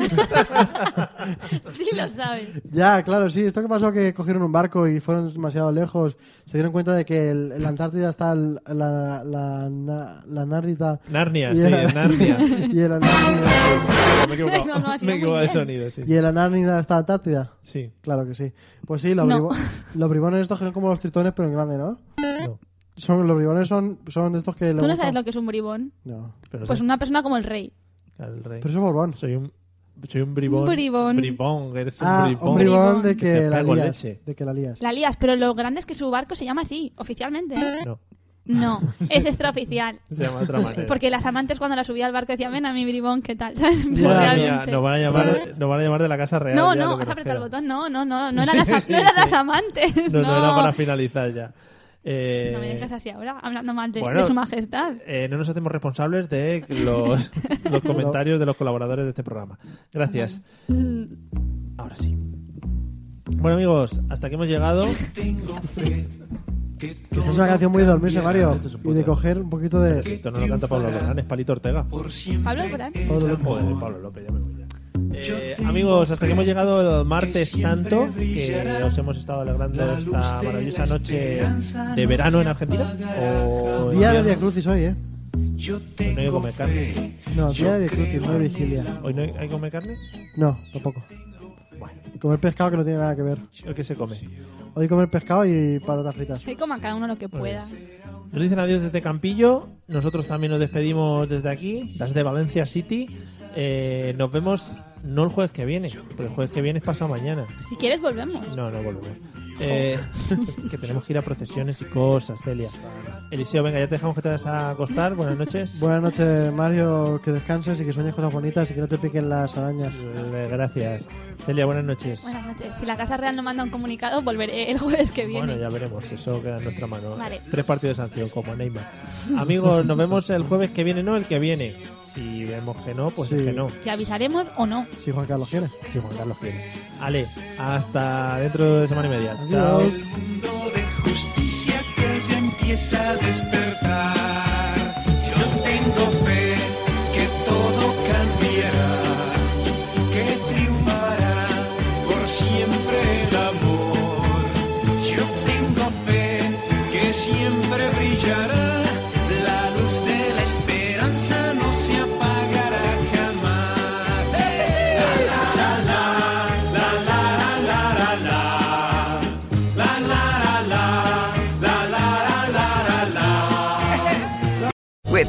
Speaker 3: Sí lo sabes.
Speaker 2: ya, claro, sí. Esto que pasó que cogieron un barco y fueron demasiado lejos, se dieron cuenta de que el, la Antártida está el- la, la, la, la Nárdita.
Speaker 1: Narnia,
Speaker 2: Y
Speaker 1: sí,
Speaker 2: era-
Speaker 1: Narnia.
Speaker 2: Y en la Nárnida,
Speaker 1: Me he equivocado.
Speaker 3: No, no, ha sido
Speaker 1: Me he
Speaker 3: muy
Speaker 1: equivocado de
Speaker 3: bien.
Speaker 1: sonido, sí.
Speaker 2: y en la Nárnida está Antártida.
Speaker 1: Sí,
Speaker 2: Claro que sí. Pues sí, los,
Speaker 3: No.
Speaker 2: bribo- los bribones estos que son como los tritones, pero en grande, ¿no?
Speaker 1: no.
Speaker 2: Son, los bribones son, son de estos que... le
Speaker 3: ¿Tú no
Speaker 2: gusta-
Speaker 3: sabes lo que es un bribón?
Speaker 2: No.
Speaker 1: Pero
Speaker 3: Pues
Speaker 1: soy-
Speaker 3: una persona como el rey.
Speaker 1: claro, el rey.
Speaker 2: Pero eso es borbón.
Speaker 1: Soy un. Soy un bribón.
Speaker 3: Un bribón.
Speaker 1: Bribón, eres un
Speaker 2: ah,
Speaker 1: bribón.
Speaker 2: un bribón
Speaker 3: Bribón.
Speaker 2: de
Speaker 1: Que
Speaker 2: que,
Speaker 1: te
Speaker 2: la
Speaker 1: pego
Speaker 2: lías.
Speaker 1: leche.
Speaker 2: De que la lías.
Speaker 3: La lías, pero lo grande es que su barco se llama así, oficialmente. ¿eh?
Speaker 1: No,
Speaker 3: No, es extraoficial.
Speaker 1: se llama de otra manera.
Speaker 3: Porque las amantes cuando la subía al barco decían, ven a mi bribón, ¿qué tal? ¿Sabes?
Speaker 1: Madre
Speaker 2: Ya.
Speaker 1: mía,
Speaker 3: Realmente.
Speaker 1: nos van a llamar, nos van a llamar de la casa real.
Speaker 3: No,
Speaker 1: ya, lo
Speaker 3: no,
Speaker 1: que
Speaker 3: vas a
Speaker 1: nos
Speaker 3: apretar el
Speaker 1: queda.
Speaker 3: botón. No, no, no, no eran las,
Speaker 1: Sí, sí,
Speaker 3: no eran
Speaker 1: sí.
Speaker 3: las amantes.
Speaker 1: No,
Speaker 3: No,
Speaker 1: no, era para finalizar ya. Eh,
Speaker 3: No me dejas así ahora, hablando mal de,
Speaker 1: Bueno.
Speaker 3: de su majestad.
Speaker 1: eh, no nos hacemos responsables de los, los comentarios de los colaboradores de este programa. Gracias. Ahora sí. Bueno, amigos, hasta aquí hemos llegado.
Speaker 2: Esta es una canción muy de dormirse, Mario.
Speaker 1: este
Speaker 2: Y de coger un poquito de...
Speaker 1: Pues Esto no lo canta Pablo Alborán, es Palito Ortega.
Speaker 3: Pablo Alborán.
Speaker 1: Pablo López. Joder, Pablo López, ya me voy ya. Eh, amigos, hasta que hemos llegado el martes santo, que os hemos estado alegrando esta maravillosa noche de verano en Argentina. O en
Speaker 2: Día de Via
Speaker 1: viernes.
Speaker 2: Crucis hoy, ¿eh?
Speaker 1: Hoy no hay que comer carne.
Speaker 2: No, día de Via Crucis, no de vigilia.
Speaker 1: Hoy no hay hay que comer carne.
Speaker 2: No, tampoco. Comer pescado que no tiene nada que ver.
Speaker 1: ¿O ¿Qué se come?
Speaker 2: Hoy comer pescado y patatas fritas.
Speaker 3: Que coma cada uno lo que
Speaker 1: Pues
Speaker 3: pueda.
Speaker 1: Nos dicen adiós desde Campillo. Nosotros también nos despedimos desde aquí, desde Valencia City. Eh, nos vemos no el jueves que viene, porque el jueves que viene es pasado mañana.
Speaker 3: Si quieres, volvemos.
Speaker 1: No, no volvemos. Eh, que tenemos que ir a procesiones y cosas, Celia. Eliseo, venga, ya te dejamos que te vas a acostar. Buenas noches.
Speaker 2: Buenas noches, Mario. Que descanses y que sueñes cosas bonitas y que no te piquen las arañas.
Speaker 1: Eh, Gracias. Celia, buenas noches.
Speaker 3: Buenas noches. Si la Casa Real no manda un comunicado, volveré el jueves que viene.
Speaker 1: Bueno, ya veremos, eso queda en nuestra mano.
Speaker 3: Vale.
Speaker 1: Tres partidos de sanción, como Neymar. Amigos, nos vemos el jueves que viene, no el que viene. Si vemos que no, pues
Speaker 2: Sí.
Speaker 1: es que no.
Speaker 3: ¿Que avisaremos o no?
Speaker 2: Si Juan Carlos quiere.
Speaker 1: Si Juan Carlos quiere. Ale, hasta dentro de semana y media. Chao.
Speaker 2: Adiós.
Speaker 5: mundo de justicia que ya empieza a despertar. Yo tengo fe. With